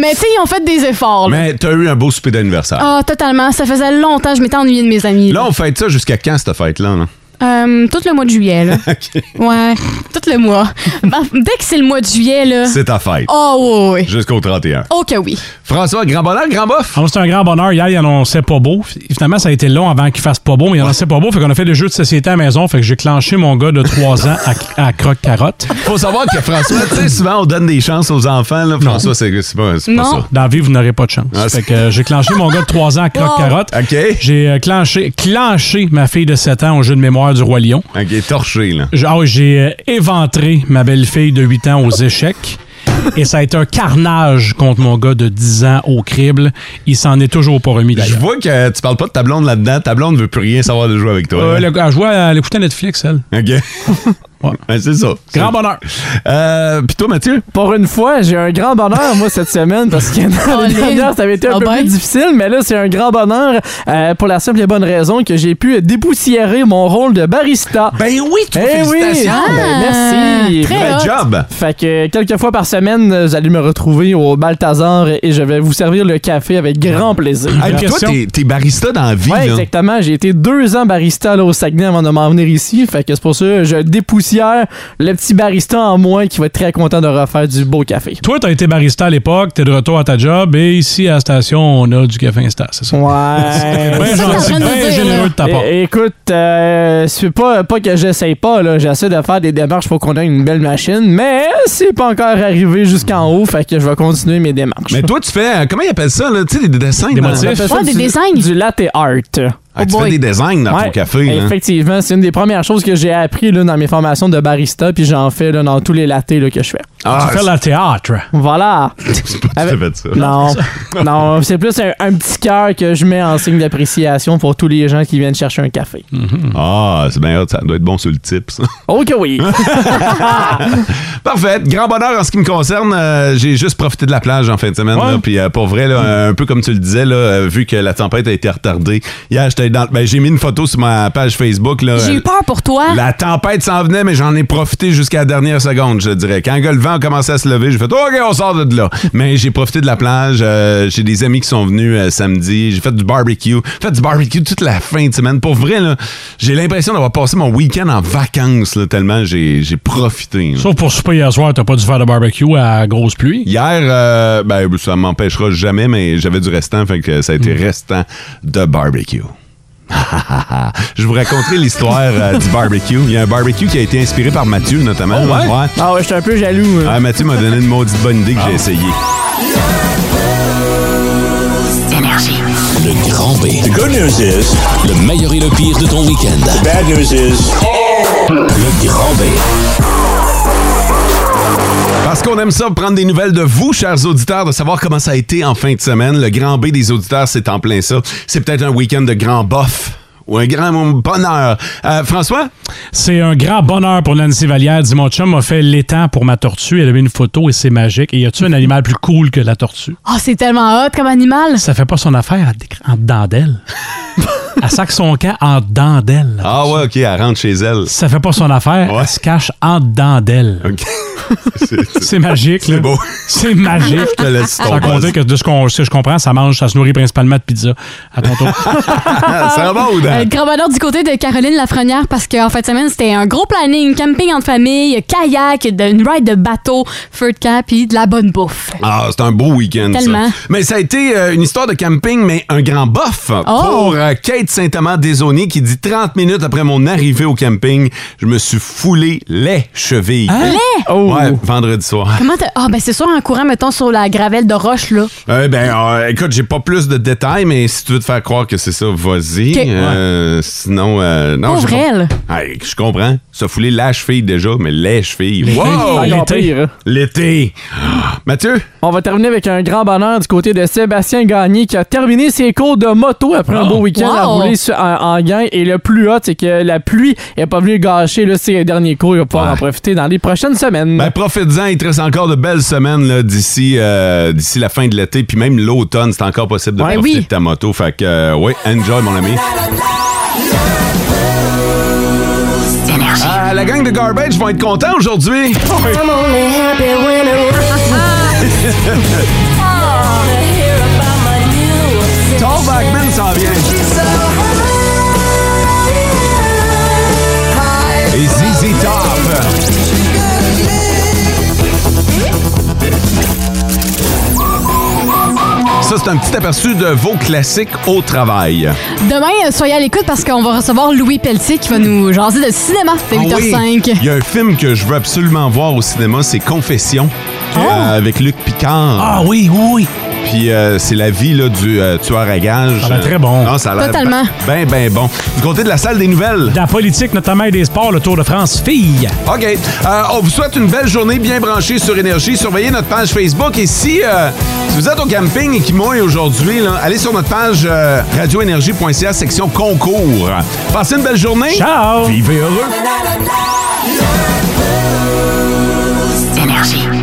D: mais tu sais, ils ont fait des efforts. là.
B: Mais t'as eu un beau souper d'anniversaire.
D: Ah, totalement. Ça faisait longtemps que je m'étais ennuyée de mes amis.
B: Là, on fête ça jusqu'à quand, cette fête-là? là?
D: Euh, tout le mois de juillet, là.
B: OK.
D: Ouais, tout le mois. Ben, dès que c'est le mois de juillet, là.
B: C'est ta fête.
D: Oh, oui, oui.
B: Jusqu'au 31.
D: Oh, que oui.
B: François, grand bonheur, grand bof?
C: C'était Ah, un grand bonheur. Hier, il annonçait pas beau. Finalement, ça a été long avant qu'il fasse pas beau, mais il annonçait pas beau. Fait qu'on a fait des jeux de société à la maison. Fait que j'ai clenché mon gars de 3 ans à, à croque-carotte.
B: Ah, Faut savoir que François, tu sais, souvent, on donne des chances aux enfants. Là. François, c'est c'est pas, c'est pas ça.
C: Dans la vie, vous n'aurez pas de chance.
B: Ah,
C: fait que euh, j'ai clenché mon gars de 3 ans à croque-carotte. J'ai euh, clenché, clenché ma fille de 7 ans au jeu de mémoire du Roi Lion.
B: OK, torché, là.
C: Je- ah oui, j'ai euh, éventré ma belle-fille de 8 ans aux échecs. Et ça a été un carnage contre mon gars de 10 ans au crible. Il s'en est toujours pas remis
B: Je
C: d'ailleurs.
B: vois hein. que tu parles pas de ta blonde là-dedans. Ta blonde veut plus rien savoir de jouer avec toi.
C: Euh,
B: là.
C: le- elle jouait à elle écoutait Netflix, elle.
B: OK. Ben, c'est ça.
C: Grand bonheur.
B: Euh, Puis toi, Mathieu?
F: Pour une fois, j'ai un grand bonheur, moi, cette semaine, parce que dans les
D: Colin,
F: dernières, ça avait été un
D: ça
F: peu
D: va
F: plus
D: bien?
F: difficile, mais là, c'est un grand bonheur euh, pour la simple et bonne raison que j'ai pu dépoussiérer mon rôle de barista.
B: Ben oui,
F: tu
B: félicitations.
F: Merci!
D: Très
F: Bel
D: hot.
B: job.
F: Fait que quelques fois par semaine, vous allez me retrouver au Balthazar et je vais vous servir le café avec grand plaisir.
B: Hey, puis toi, t'es t'es barista dans la vie.
F: Ouais,
B: là.
F: exactement. J'ai été deux ans barista là, au Saguenay avant de m'en venir ici. Fait que c'est pour ça que je dépoussière le petit barista en moi qui va être très content de refaire du beau café.
C: Toi, t'as été barista à l'époque, t'es de retour à ta job, et ici, à la station, on a du café Insta, c'est ça?
F: Ouais.
C: bien gentil, bien généreux de ta part.
F: É- Écoute, euh, c'est pas, pas que j'essaye pas, là. J'essaie de faire des démarches pour qu'on ait une belle machine, mais c'est pas encore arrivé jusqu'en haut, fait que je vais continuer mes démarches.
B: Mais toi, tu fais, euh, comment ils appellent ça, là? Tu sais, des, des dessins.
F: Des
B: dans-
F: motifs.
B: Ah,
F: Ouais, des
D: Des signes.
F: Du latte art.
B: tu
F: Oh boy.
B: fais des designs dans ton
F: Ouais,
B: café. hein. là.
F: Effectivement, c'est une des premières choses que j'ai appris là, dans mes formations de barista, puis j'en fais là, dans tous les lattés là, que je fais.
B: Ah,
C: tu fais la théâtre.
F: Voilà.
B: C'est pas tout à fait ça.
F: Non, non, c'est plus un, un petit cœur que je mets en signe d'appréciation pour tous les gens qui viennent chercher un café.
B: Ah, c'est bien hot, ça doit être bon sur le type, ça.
F: Ok, oui.
B: Parfait. Grand bonheur en ce qui me concerne. euh, j'ai juste profité de la plage en fin de semaine. là, Puis euh, pour vrai, là, un peu comme tu le disais, là, euh, vu que la tempête a été retardée. Hier, j'étais dans. Ben, j'ai mis une photo sur ma page Facebook. Là, Euh,
D: J'ai eu peur pour toi.
B: La tempête s'en venait, mais j'en ai profité jusqu'à la dernière seconde, je dirais. Quand le vent a commencé à se lever, j'ai fait OK, on sort de là. Mais j'ai profité de la plage. euh, j'ai des amis qui sont venus euh, samedi. J'ai fait du barbecue. J'ai fait du barbecue toute la fin de semaine. Pour vrai, là, j'ai l'impression d'avoir passé mon week-end en vacances, là, tellement j'ai j'ai profité. là.
C: Sauf pour souper hier soir, t'as pas dû faire de barbecue à grosse pluie.
B: Hier, euh, ben, ça m'empêchera jamais, mais j'avais du restant, fait que ça a été restant de barbecue. je vous raconterai l'histoire euh, du barbecue. Il y a un barbecue qui a été inspiré par Mathieu, notamment.
F: Oh, ouais?
B: Ah
F: ouais, j'étais un peu jaloux. hein.
B: Mathieu m'a donné une maudite bonne idée que j'ai essayé.
E: Énergie. Le grand B. The good news is. Le meilleur et le pire de ton week-end. The bad news is. Le grand B.
B: Parce qu'on aime ça prendre des nouvelles de vous, chers auditeurs, de savoir comment ça a été en fin de semaine. Le grand B des auditeurs, c'est en plein ça. C'est peut-être un week-end de grand bof ou un grand bonheur. Euh, François?
C: C'est un grand bonheur pour Nancy Vallière. Dit mon chum m'a fait l'étang pour ma tortue. Elle avait une photo et c'est magique. Et y a-tu un animal plus cool que la tortue?
D: Oh, c'est tellement hot comme animal.
C: Ça fait pas son affaire à décr- en dedans d'elle. elle sac son camp en dedans d'elle.
B: Ah ouais, ok, elle rentre chez elle.
C: Ça fait pas son affaire. Elle se cache en dedans d'elle. C'est magique. C'est
B: Euh, beau.
C: C'est magique.
B: Je te laisse
C: Sans
B: ton
C: compter
B: buzz.
C: Ah, que de ce, qu'on- ce que je comprends, ça mange, ça se nourrit principalement de pizza. À ton tour.
B: ça va ou
D: Euh, grand bonheur du côté de Caroline Lafrenière parce qu'en fin de semaine, c'était un gros planning, camping entre famille, kayak, de- une ride de bateau, feu de camp, puis de la bonne bouffe.
B: Ah, c'est un beau week-end. ça.
D: Tellement.
B: Mais ça a été euh, une histoire de camping, mais un grand bof
D: Oh.
B: pour euh, Kate de Saint-Amand-des-Auniers qui dit 30 minutes après mon arrivée au camping, je me suis foulé les chevilles.
D: Hein? Les?
B: Oh. Ouais, vendredi soir.
D: Comment t'as. Ah, ben c'est sûr, en courant, mettons, sur la gravelle de roche, là.
B: Eh ben, euh, écoute, j'ai pas plus de détails, mais si tu veux te faire croire que c'est ça, vas-y.
D: Ok.
B: Euh, Sinon, euh, non.
D: Pauvre
B: je comprends.
D: elle.
B: Hey, je comprends. Se fouler la cheville déjà, mais les chevilles.
F: Les
B: Ah, Wow!
F: chevilles, encore pire, hein?
B: L'été. Ah, Mathieu?
F: On va terminer avec un grand bonheur du côté de Sébastien Gagné qui a terminé ses cours de moto après un beau week-end à
D: Wow.
F: rouler sur- en, en gang. Et le plus hot, c'est que la pluie n'est pas venue gâcher là, ses derniers cours. Il va pouvoir en profiter dans les prochaines semaines.
B: Ben, profites-en, il te reste encore de belles semaines là, d'ici, euh, d'ici la fin de l'été, puis même l'automne, c'est encore possible de
F: Ouais,
B: profiter
F: oui.
B: de ta moto. Fait que, euh, ouais, enjoy, mon ami. Ah, la gang de Garbage vont être contents aujourd'hui. Tom Bachman s'en vient. Et ZZ Top. Ça, c'est un petit aperçu de vos classiques au travail.
D: Demain, euh, soyez à l'écoute parce qu'on va recevoir Louis Pelletier qui va nous jaser de cinéma. C'est
B: Ah
D: 8h05.
B: oui. Il y a un film que je veux absolument voir au cinéma, c'est Confession,
F: Oh.
B: euh, avec Luc Picard.
C: Ah oui, oui, oui.
B: Puis euh, c'est la vie là, du euh, tueur à gage.
C: Ça a l'air très bon.
B: Non, ça a l'air
D: Totalement.
B: Ben, ben, ben bon. Du côté de la salle des nouvelles.
C: Dans la politique, notamment et des sports, le Tour de France, filles.
B: OK. Euh, on vous souhaite une belle journée bien branchée sur Énergie. Surveillez notre page Facebook. Et si, euh, si vous êtes au camping et qui mouille aujourd'hui, là, allez sur notre page euh, radioénergie.ca, section concours. Passez une belle journée.
C: Ciao!
B: Vivez heureux.
I: Énergie.